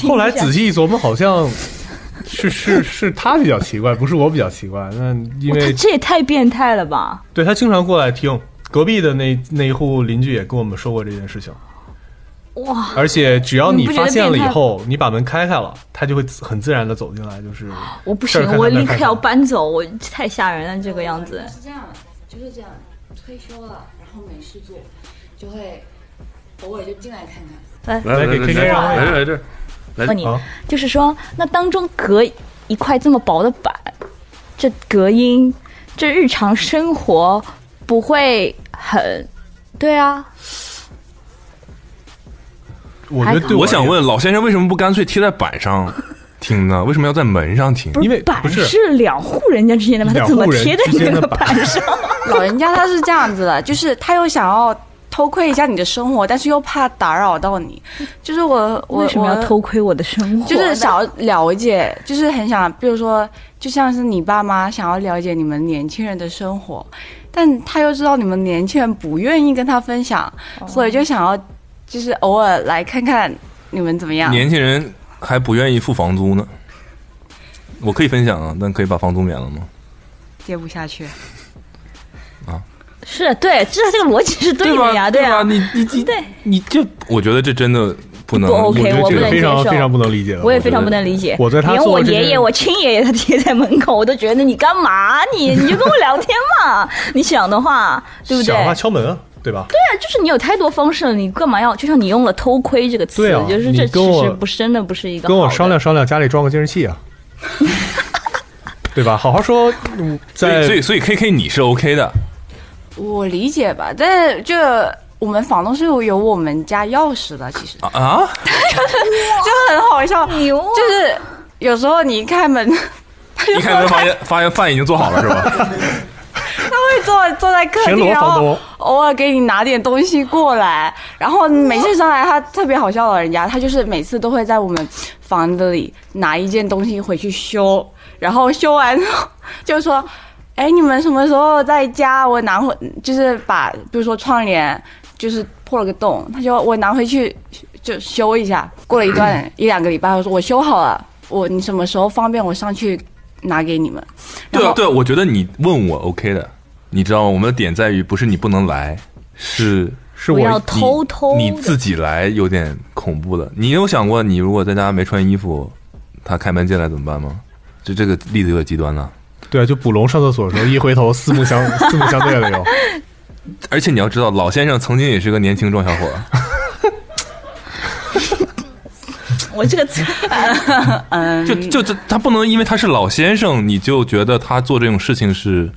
S6: 后来仔细一琢磨，好像是是是他比较奇怪，不是我比较奇怪。那因
S7: 哇
S6: 为
S7: 他这也太变态了吧！
S6: 对他经常过来听，隔壁的那那一户邻居也跟我们说过这件事情。
S7: 哇，
S6: 而且只要
S7: 你
S6: 你
S7: 不觉得
S6: 发现了以
S7: 变态
S6: 后，你把门开开了，他就会自很自然的走进来，就是
S7: 我不
S6: 这儿
S7: 行
S6: 看，看
S7: 我
S6: 那儿
S7: 立刻
S6: 看看
S7: 要搬走，我太吓人了，这个样子。
S8: 是这样，就是这样，退休了，然后没事做，就会偶尔就进来看看。？”
S7: 哎
S6: 来给 K K 让
S3: 来
S6: 位
S3: 这来这，
S7: 问你
S6: 啊，
S7: 就是说，那当中隔一块这么薄的板，这隔音，这日常生活不会很，对啊，
S6: 我觉得对
S4: 我
S6: 我
S4: 想问老先生，为什么不干脆贴在板上听呢？为什么要在门上听？
S6: 因为
S7: 板
S6: 不是
S7: 是两户人家之间的吗？他
S6: 两
S7: 怎么
S6: 户人
S7: 贴在你
S6: 之间
S7: 那
S6: 的
S7: 个
S6: 板
S7: 板上？
S8: <laughs> 老人家他是这样子的，就是他又想要偷窥一下你的生活，但是又怕打扰到你。就是我我
S7: 为什么要
S8: 我
S7: 偷窥我的生活？
S8: 就是想要了解，就是很想，比如说，就像是你爸妈想要了解你们年轻人的生活，但他又知道你们年轻人不愿意跟他分享，
S7: 哦
S8: 所以就想要，就是偶尔来看看你们怎么样。
S4: 年轻人还不愿意付房租呢。我可以分享啊，但可以把房租免了吗？
S8: 接不下去，
S7: 是对，这这个逻辑是对的呀，
S4: 吧？对吧？
S7: 啊，
S4: 你你你
S7: 对，
S4: 你这，我觉得这真的不能
S7: 不 OK，
S4: 觉得
S7: 我
S6: 这
S7: 不
S6: 个
S4: 这个
S7: 能
S6: 非常
S7: 接受
S6: 非常不能理解的，
S7: 我也
S6: 觉
S7: 非
S6: 得
S7: 常不能理解。
S6: 我在他
S7: 连
S6: 做
S7: 我
S6: 的这
S7: 爷
S6: 件
S7: 爷、我亲爷爷他贴在门口，我都觉得你干嘛你？你就跟我聊天嘛， <laughs> 你想的话，对不对？
S6: 想让他敲门啊，对吧？
S7: 对啊，就是你有太多方式了，你干嘛要？就像你用了“偷窥”这个词，
S6: 对啊
S7: 就是
S6: 你
S7: 这
S6: 跟
S7: 其
S6: 我
S7: 实不是真的不是一个
S6: 跟我
S7: 好的
S6: 商量商量，家里装个监视器啊，对吧？好好说，嗯
S4: 所以所
S6: 在
S4: 以所以 K K 你是 OK 的，
S8: 我理解吧，但是就我们房东是有我
S7: <laughs>
S4: 哦
S8: 们家钥匙的，其实
S4: 啊，
S8: <laughs> 就很好笑，
S7: 牛啊
S8: 就是有时候你一开门， <laughs>
S4: 一开门发现发现饭已经做好了是
S7: <laughs>
S4: 吧？
S8: 他会坐坐在客
S6: 田
S8: 厅，
S6: 螺
S8: 然
S6: 房
S8: 后
S4: 啊
S6: 东
S7: 哦
S8: 偶尔给你拿点东西过来。然后每次上来，他特别好笑老人家，他就是每次都会在我们房子里拿一件东西回去修，然后修完之后就说：“哎，你们什么时候在家？我拿回，就是把比如说窗帘就是破了个洞，他就我拿回去就修一下。过了一段一两个礼拜，我说我修好了，我你什么时候方便我上去拿给你们？” <laughs> 然
S4: 对
S8: 后
S4: 啊对啊，我觉得你问我 OK 的，你知道吗？我们的点在于不是你不能来，是
S6: 是
S7: 不
S6: 我
S7: 要
S6: 一
S7: 偷偷
S4: 你
S7: 地
S4: 自己来有点恐怖的。你有想过你如果在家没穿衣服，他开门进来怎么办吗？就这个例子有点极端了。
S6: 对啊，就捕龙上厕所的时候一回头，四目相四目相对了又。
S4: <laughs> 而且你要知道，老先生曾经也是个年轻壮小伙儿。
S7: 我这个
S3: <laughs>
S7: 词，嗯
S4: 就
S7: <laughs>
S4: 就这，他不能因为他是老先生，你就觉得他做这种事情是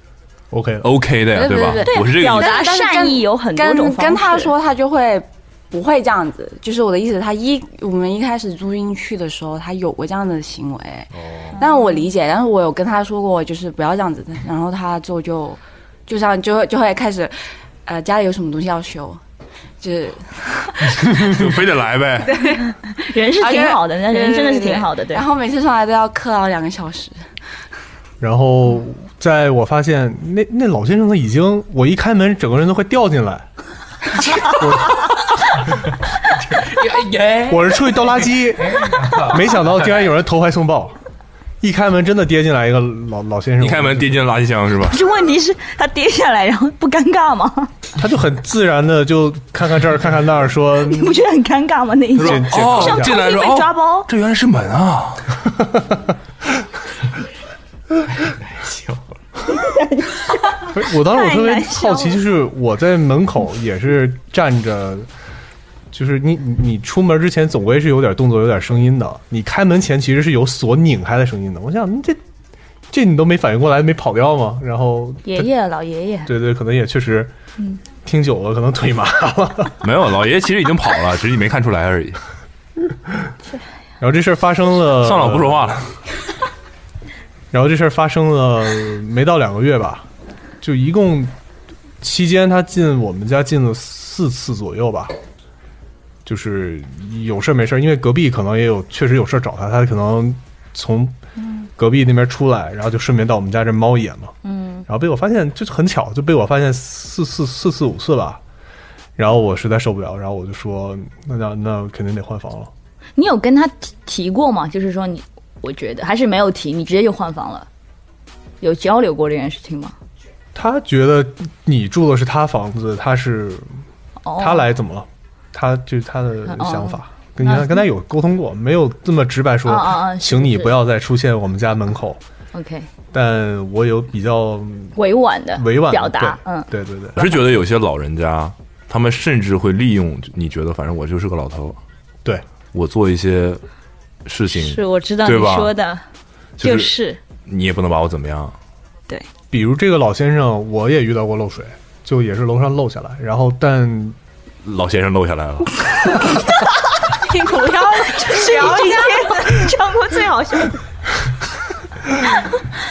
S6: OK，
S4: OK 的呀，
S8: 对对
S4: 吧
S8: 对？
S4: 我是这个
S7: 表
S4: 意思。
S7: 达
S8: 但是
S7: 善意有很多
S8: 跟
S7: 种方式。
S8: 跟他说，他就会不会这样子。就是我的意思，他一我们一开始租进去的时候，他有过这样的行为。
S6: 哦
S8: 但我理解，但是我有跟他说过，就是不要这样子。然后他之后就就像就会就会开始，呃，家里有什么东西要修，就是
S4: <laughs> 就非得来呗。
S7: <laughs> 人是挺好的，那
S8: 对对
S7: 人真的是
S8: 对对
S7: 挺好的，对
S8: 然。后每次上来都要客到两个小时。
S6: 然后在我发现那那老先生他已经，我一开门整个人都快掉
S7: <laughs>
S6: 进来。我我是出去倒垃圾，没想到竟然有人投怀送抱。一开门真的跌进来一个老老先生，
S4: 你开门跌进垃圾箱是吧？
S7: 这问题是他跌下来，然后不尴尬吗？
S6: 他就很自然的就看看这儿看看那儿说，
S7: <laughs> 你不觉得很尴尬吗？那一
S4: 他说
S7: 瞬
S6: 剪剪刀
S4: 哦
S6: 一，下
S4: 进来说
S7: 被抓包
S4: 哦，这原来是门啊。
S6: 我当时我特别
S7: 太难受
S6: 好奇，就是我在门口也是站着，就是你你你出门之前总归是有点动作、有点声音的。你开门前其实是有锁拧开的声音的。我想你这这你都没反应过来，没跑掉吗？然后
S7: 爷爷老爷爷，嗯
S6: 对对，可能也确实听久了，可能腿麻了。
S4: <laughs> 没有，老爷其实已经跑
S6: <laughs>
S4: 了，只是你没看出来而已。
S6: 然后这事儿发生了，
S4: 算了，我不说。话了。
S6: 然后这事儿发生了没到两个月吧，就一共期间他进我们家进了四次左右吧，就是有事儿没事儿，因为隔壁可能也有确实有事儿找他，他可能从隔壁那边出来，然后就顺便到我们家这猫一眼嘛，嗯，然后被我发现就很巧，就被我发现四四四次五次吧，然后我实在受不了，然后我就说那那那肯定得换房了。
S7: 你有跟他提提过吗？就是说你，我觉得还是没有提，你直接就换房了。有交流过这件事情吗？
S6: 他觉得你住的是他房子，他是
S7: 哦，
S6: 他来怎么了？他就是他的
S7: 嗯
S6: 想法，跟
S7: 那
S6: 你跟他有沟通过，没有这么直白
S7: 哦哦
S6: 说
S7: 哦，是
S6: 请你
S7: 是
S6: 不要再出现我们家门口。
S7: ，OK，
S6: 但我有比较
S7: 委婉的
S6: 委婉的
S7: 表达，
S6: 对
S7: 嗯，
S6: 对对对，
S4: 我是觉得有些老人家，他们甚至会利用你觉得，反正我就是个老头儿，
S6: 对
S4: 我做一些事情，
S7: 是我知道你
S4: 对吧
S7: 说的，
S4: 就
S7: 就是是
S4: 你也不能把我怎么样。
S6: 比如这个老先生，我也遇到过漏水，就也是楼上漏下来，然后但
S4: 老先生漏下来了，
S7: 屁股 <laughs> 要聊一下，唱过最好笑的。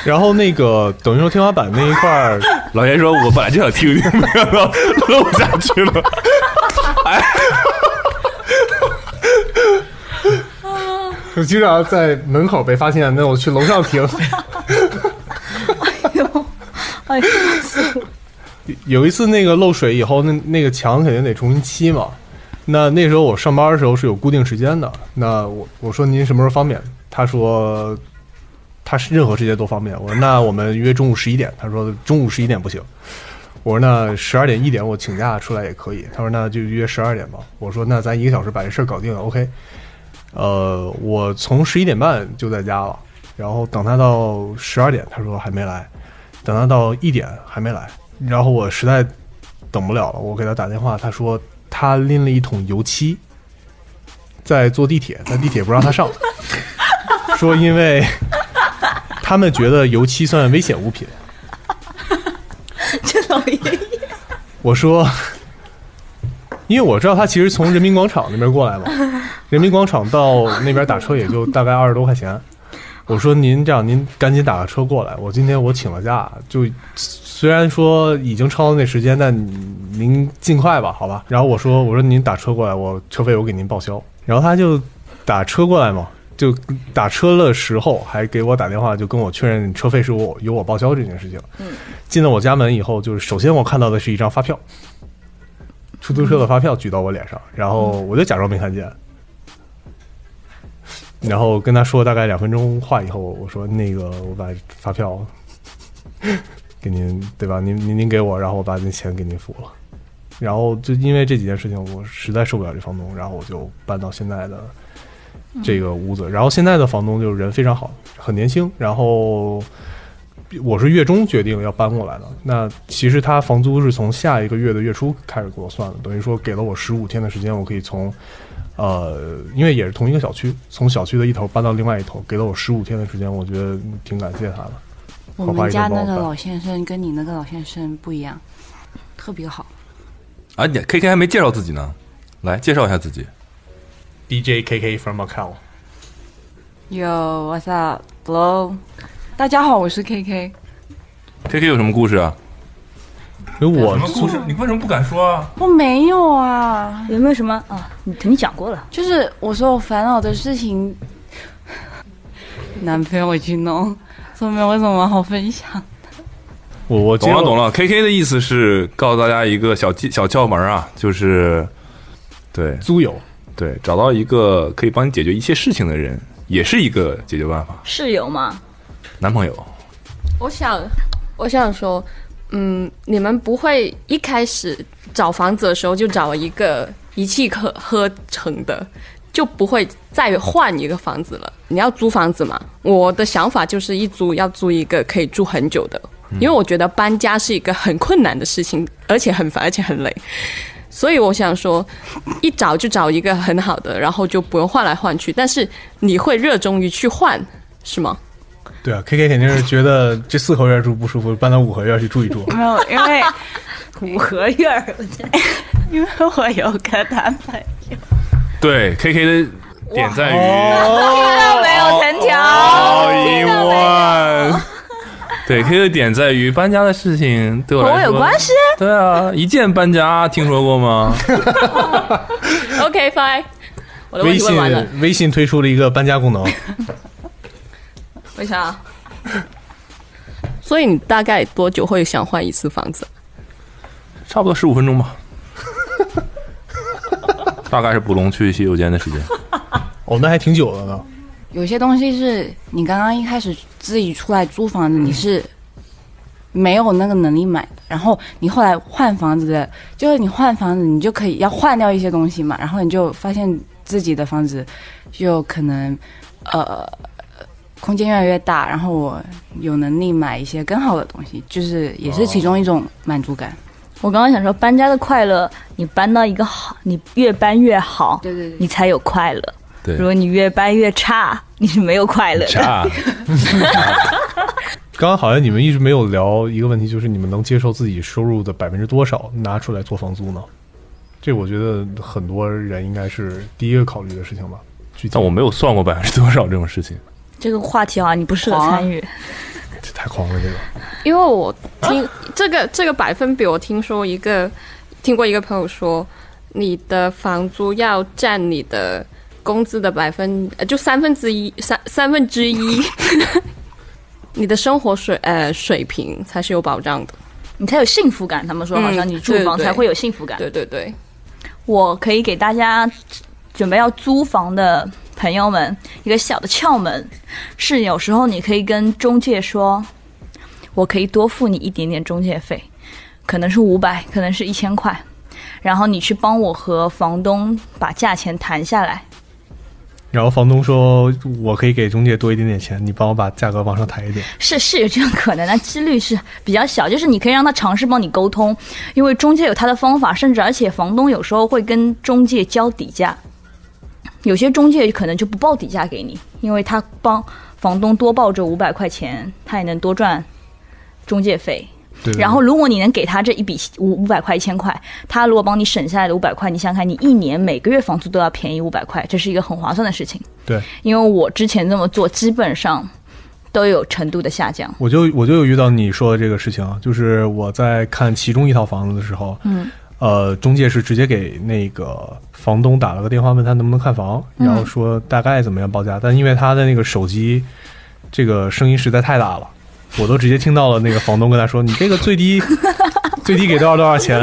S6: 然后那个等于说天花板那一块儿，
S4: <laughs> 老先生说：“我本来就想听听，没想到漏下去了。”哎，
S6: 就经常在门口被发现，那我去楼上停。
S7: 哎呀，
S6: 有一次那个漏水以后，那那个墙肯定得重新漆嘛。那那时候我上班的时候是有固定时间的。那我我说您什么时候方便？他说他是任何时间都方便。我说那我们约中午十一点。他说中午十一点不行。我说那十二点一点我请假出来也可以。他说那就约十二点吧。我说那咱一个小时把这事儿搞定了，OK。呃，我从十一点半就在家了，然后等他到十二点，他说还没来，等他到一点还没来，然后我实在等不了了，我给他打电话，他说他拎了一桶油漆，在坐地铁，但地铁不让他上， <laughs> 说因为他们觉得油漆算危险物品。
S7: 这老爷爷
S6: 我说，因为我知道他其实从人民广场那边过来嘛，人民广场到那边打车也就大概二十多块钱。我说您这样，您赶紧打个车过来。我今天我请了假，就虽然说已经超了那时间，但您尽快吧，好吧。然后我说我说您打车过来，我车费我给您报销。然后他就打车过来嘛，就打车的时候还给我打电话，就跟我确认车费是我由我报销这件事情。嗯，进了我家门以后，就是首先我看到的是一张发票，出租车的发票举到我脸上，然后我就假装没看见。然后跟他说大概两分钟话以后，我说那个我把发票给您，对吧？您您您给我，然后我把那钱给您付了。然后就因为这几件事情，我实在受不了这房东，然后我就搬到现在的嗯
S1: 嗯
S6: 这个屋子。然后现在的房东就是人非常好，很年轻。然后我是月中决定要搬过来的，那其实他房租是从下一个月的月初开始给我算的，等于说给了我十五天的时间，我可以从呃，因为也是同一个小区，从小区的一头搬到另外一头，给了我十五天的时间，我觉得挺感谢他的。
S8: 我
S6: 好吧
S8: 们
S6: 一
S8: 家
S6: 个包
S8: 那个
S6: 吧
S8: 老先生跟你那个老先生不一样，特别好。
S4: 啊，你 K K 还没介绍自己呢，来介绍一下自己。
S6: DJ KK from Macau，
S8: Yo, what's up, bro？大家好，我是 KK。
S4: K K 有什么故事啊？
S6: 因为我租
S4: 事？哎你为什么不敢说啊？
S8: 我没有啊，
S7: 有没有什么啊？你你讲过了，
S8: 就是我说我烦恼的事情，男朋友 <laughs> 去弄，说明我有什么好分享。
S6: 我我
S4: 懂了懂
S6: 了，
S4: 了，K K 的意思是告诉大家一个小技小窍门啊，就是对
S6: 租友
S4: 对，找到一个可以帮你解决一切事情的人，也是一个解决办法。
S7: 室友嘛，
S4: 男朋友，
S1: 我想，我想说，嗯，你们不会一开始找房子的时候就找一个一气呵呵成的，就不会再换一个房子了。你要租房子嘛？我的想法就是一租要租一个可以住很久的，因为我觉得搬家是一个很困难的事情，而且很烦，而且很累。所以我想说，一找就找一个很好的，然后就不用换来换去。但是你会热衷于去换，是吗？
S6: 对啊，KK 肯定是觉得这四合院住不舒服，搬到五合院去住一 <laughs> 住。
S8: 没有，因为
S7: 五合院儿，
S8: 因为我有个男朋友。
S4: 对 K K 的点在于
S7: 没有藤条。
S4: all in one。对 K K 的点在于搬家的事情对我
S7: 和我
S4: 来说
S7: 有关系，
S4: 对啊，一键搬家听说过
S6: 啊
S4: 吗？
S1: OK fine，我的问
S6: 微
S1: 题
S6: 信
S1: 问完了，
S6: 微信推出了一个搬家功 <laughs> 能，
S1: 为啥？所以你大概多久会想换一次房子？
S4: 差不多十五分钟吧，大概是捕龙去洗手间的时 <laughs> 间。
S6: 哦，那还挺久的呢。
S8: 有些东西是你刚刚一开始自己出来租房子，你
S4: 嗯
S8: 是没有那个能力买的。然后你后来换房子的，就是你换房子，你就可以要换掉一些东西嘛。然后你就发现自己的房子就可能呃空间越来越大，然后我有能力买一些更好的东西，就是也是其中一种满足感。
S7: 我刚刚想说，搬家的快乐，你搬到一个好，你越搬越好，
S8: 对对对
S7: 你才有快乐。
S4: 对
S7: 如果你越搬越差，你是没有快乐的。
S4: 啥？
S6: 刚刚好像你们一直没有聊一个问题，就是你们能接受自己收入的百分之多少拿出来做房租呢？这我觉得很多人应该是第一个考虑的事情吧。具体
S4: 但我没有算过百分之多少这种事情，
S7: <laughs> 这个话题啊，你不适合参与。
S6: 这太狂了，这个
S1: 因为我听、这个这个百分比，我听说一个听过一个朋友说，你的房租要占你的工资的百分，呃就三分之一，三三分之
S6: <laughs>
S1: 一，你的生活水呃水平才是有保障的。
S7: 你才有幸福感。他们说，
S1: 嗯
S7: 好像你住房
S1: 对对
S7: 才会有幸福感。
S1: 对对对，
S7: 我可以给大家准备要租房的朋友们一个小的窍门，是有时候你可以跟中介说，我可以多付你一点点中介费，可能是五百，可能是一千块，然后你去帮我和房东把价钱谈下来。
S6: 然后房东说我可以给中介多一点点钱，你帮我把价格往上抬一点。
S7: 是是有这种可能，但几率是比较小。就是你可以让他尝试帮你沟通，因为中介有他的方法，甚至而且房东有时候会跟中介交底价，有些中介可能就不报底价给你，因为他帮房东多报这五百块钱，他也能多赚中介费。
S6: 对对对
S7: 然后，如果你能给他这一笔五五百块、一千块，他如果帮你省下来的五百块，你想想看，你一年每个月房租都要便宜五百块，这是一个很划算的事情。
S6: 对，
S7: 因为我之前这么做，基本上都有程度的下降。
S6: 我就我就有遇到你说的这个事情啊，就是我在看其中一套房子的时候，
S7: 嗯，
S6: 呃，中介是直接给那个房东打了个电话，问他能不能看房，
S7: 嗯
S6: 然后说大概怎么样报价，但因为他的那个手机这个声音实在太大了，我都直接听到了那个房东跟他说：“你这个最低最低给多少多少钱。”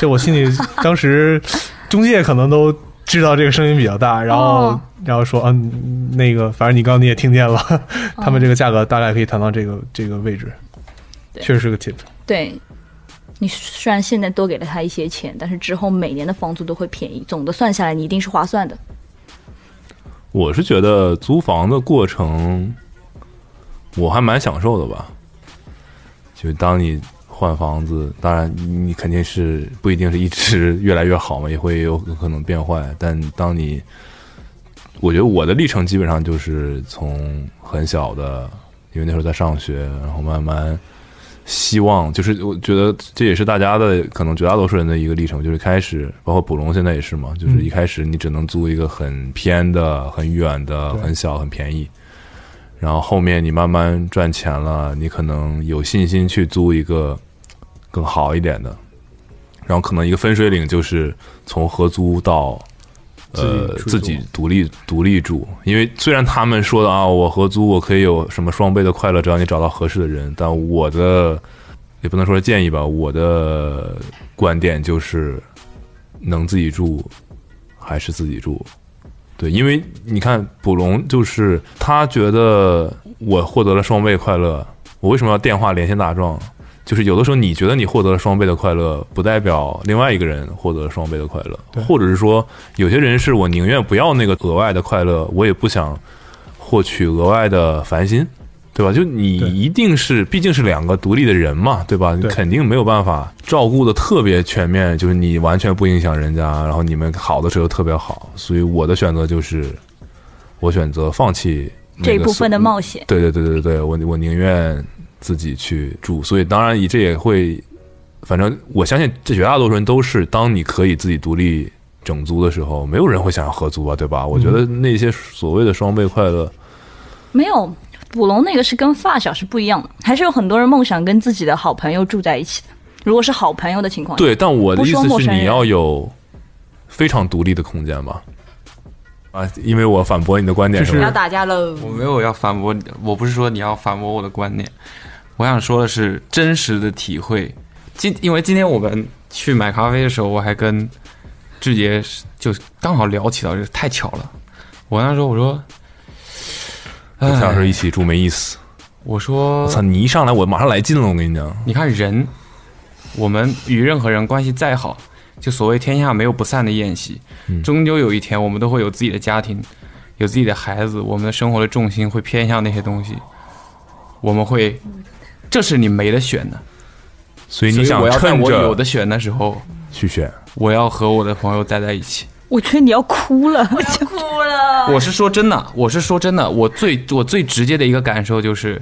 S6: 这我心里当时中介可能都。知道这个声音比较大，然后、
S7: 哦
S6: 然后说，嗯，那个，反正你刚刚你也听见了，
S7: 哦
S6: 他们这个价格大概可以谈到这个这个位置，
S7: 对
S6: 确实是个 tip。
S7: 对，你虽然现在多给了他一些钱，但是之后每年的房租都会便宜，总的算下来你一定是划算的。
S4: 我是觉得租房的过程，我还蛮享受的吧。就当你换房子，当然你你肯定是不一定是一直越来越好嘛，也会有可能变坏。但当你，我觉得我的历程基本上就是从很小的，因为那时候在上学，然后慢慢希望，就是我觉得这也是大家的可能绝大多数人的一个历程，就是开始，包括捕龙现在也是嘛，就是一开始你只能租一个很偏的、很远的、
S6: 对
S4: 很小、很便宜，然后后面你慢慢赚钱了，你可能有信心去租一个更好一点的，然后可能一个分水岭就是从合租到呃
S6: 自己出租
S4: 自己独立独立住，因为虽然他们说的啊，我合租我可以有什么双倍的快乐，只要你找到合适的人，但我的也不能说是建议吧，我的观点就是能自己住还是自己住。对，因为你看卜龙就是他觉得我获得了双倍快乐，我为什么要电话连线大壮？就是有的时候你觉得你获得了双倍的快乐，不代表另外一个人获得了双倍的快乐，或者是说有些人是我宁愿不要那个额外的快乐，我也不想获取额外的烦心，对吧？就你
S6: 对
S4: 一定是，毕竟是两个独立的人嘛，对吧？你
S6: 对
S4: 肯定没有办法照顾的特别全面，就是你完全不影响人家，然后你们好的时候特别好，所以我的选择就是，我选择放弃那个
S7: 这一部
S4: 所
S7: 分的冒险，
S4: 对对对对对，我我宁愿自己去住，所以当然这也会，反正我相信这绝大多数人都是，当你可以自己独立整租的时候，没有人会想要合租啊吧，对吧？我觉得
S7: 嗯
S4: 那些所谓的双倍快乐，
S7: 没有。捕龙那个是跟发小是不一样的，还是有很多人梦想跟自己的好朋友住在一起的。如果是好朋友的情况下，
S4: 对，但我
S7: 嗯
S4: 的
S7: 不
S4: 意
S7: 说
S4: 思
S7: 陌
S4: 是
S7: 生
S4: 你
S7: 人
S4: 要有非常独立的空间吧。啊，因为我反驳你的观点
S6: 就是
S9: 不
S4: 吧
S9: 要打架喽！
S3: 我没有要反驳你，我不是说你要反驳我的观念，我想说的是真实的体会。今因为今天我们去买咖啡的时候，我还跟志杰就刚好聊起到这个，太巧了。我跟他说，我说，
S4: 不像是
S3: 哎
S4: 一起住没意思。
S3: 我说
S4: 我操，你一上来我马上来劲了，我跟你讲。
S3: 你看人，我们与任何人关系再好，就所谓天下没有不散的宴席，
S4: 嗯
S3: 终究有一天我们都会有自己的家庭，有自己的孩子，我们的生活的重心会偏向那些东西，我们会，这是你没得选的。
S4: 所以
S3: 所
S4: 你
S3: 以
S4: 想
S3: 我要在
S4: 趁
S3: 我有
S4: 着
S3: 的选的时候，
S4: 去选，
S3: 我要和我的朋友待在一起。
S7: 我觉得你要哭了。
S9: 哭了，
S3: 我是说真的，我是说真的，我最我最直接的一个感受就是，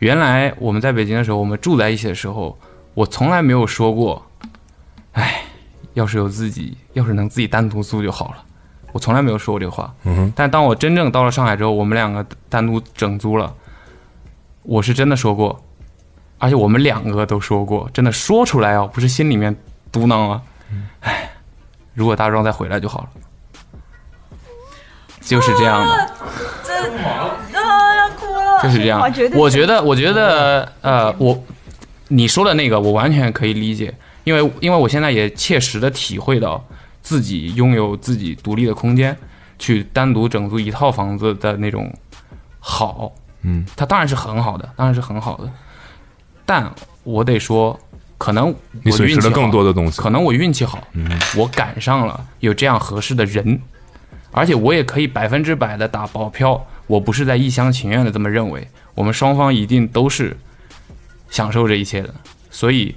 S3: 原来我们在北京的时候，我们住在一起的时候，我从来没有说过，哎，要是有自己，要是能自己单独租就好了，我从来没有说过这话。
S4: 嗯哼，
S3: 但当我真正到了上海之后，我们两个单独整租了，我是真的说过，而且我们两个都说过，真的说出来啊，不是心里面嘟囔啊，哎，如果大壮再回来就好了，就是这样的，就是这样
S7: 我觉。得
S3: 我觉得，我觉得，呃，我你说的那个，我完全可以理解，因为因为我现在也切实的体会到自己拥有自己独立的空间，去单独整租一套房子的那种好，
S4: 嗯，
S3: 它当然是很好的，当然是很好的，但我得说，可能
S4: 你
S3: 我
S4: 损失
S3: 运气
S4: 了更
S3: 好
S4: 多的东西。嗯
S3: 可能我运气好，我赶上了有这样合适的人，而且我也可以百分之百的打保票，我不是在一厢情愿的这么认为，我们双方一定都是享受这一切的，所以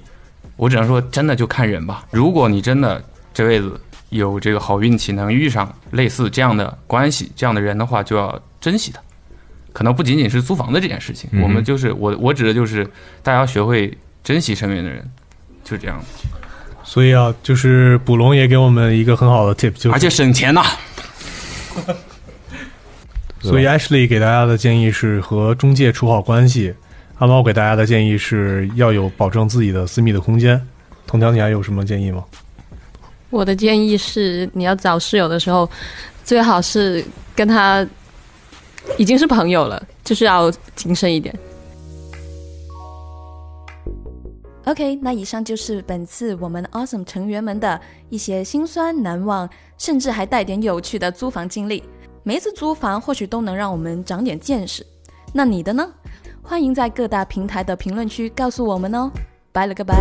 S3: 我只能说，真的就看人吧。如果你真的这辈子有这个好运气，能遇上类似这样的关系、这样的人的话，就要珍惜他。可能不仅仅是租房子这件事情，
S4: 嗯哼
S3: 我们就是我我指的就是大家要学会珍惜身边的人，就这样。
S6: 所以啊，就是捕龙也给我们一个很好的 tip，就是
S3: 而且省钱呐、对吧
S6: 所以 Ashley 给大家的建议是和中介处好关系，阿猫给大家的建议是要有保证自己的私密的空间。藤条，你还有什么建议吗？
S10: 我的建议是，你要找室友的时候，最好是跟他已经是朋友了，就是要谨慎一点。
S1: OK，那以上就是本次我们 Awesome 成员们的一些辛酸、难忘，甚至还带点有趣的租房经历。每一次租房或许都能让我们长点见识。那你的呢？欢迎在各大平台的评论区告诉我们哦。拜了个拜。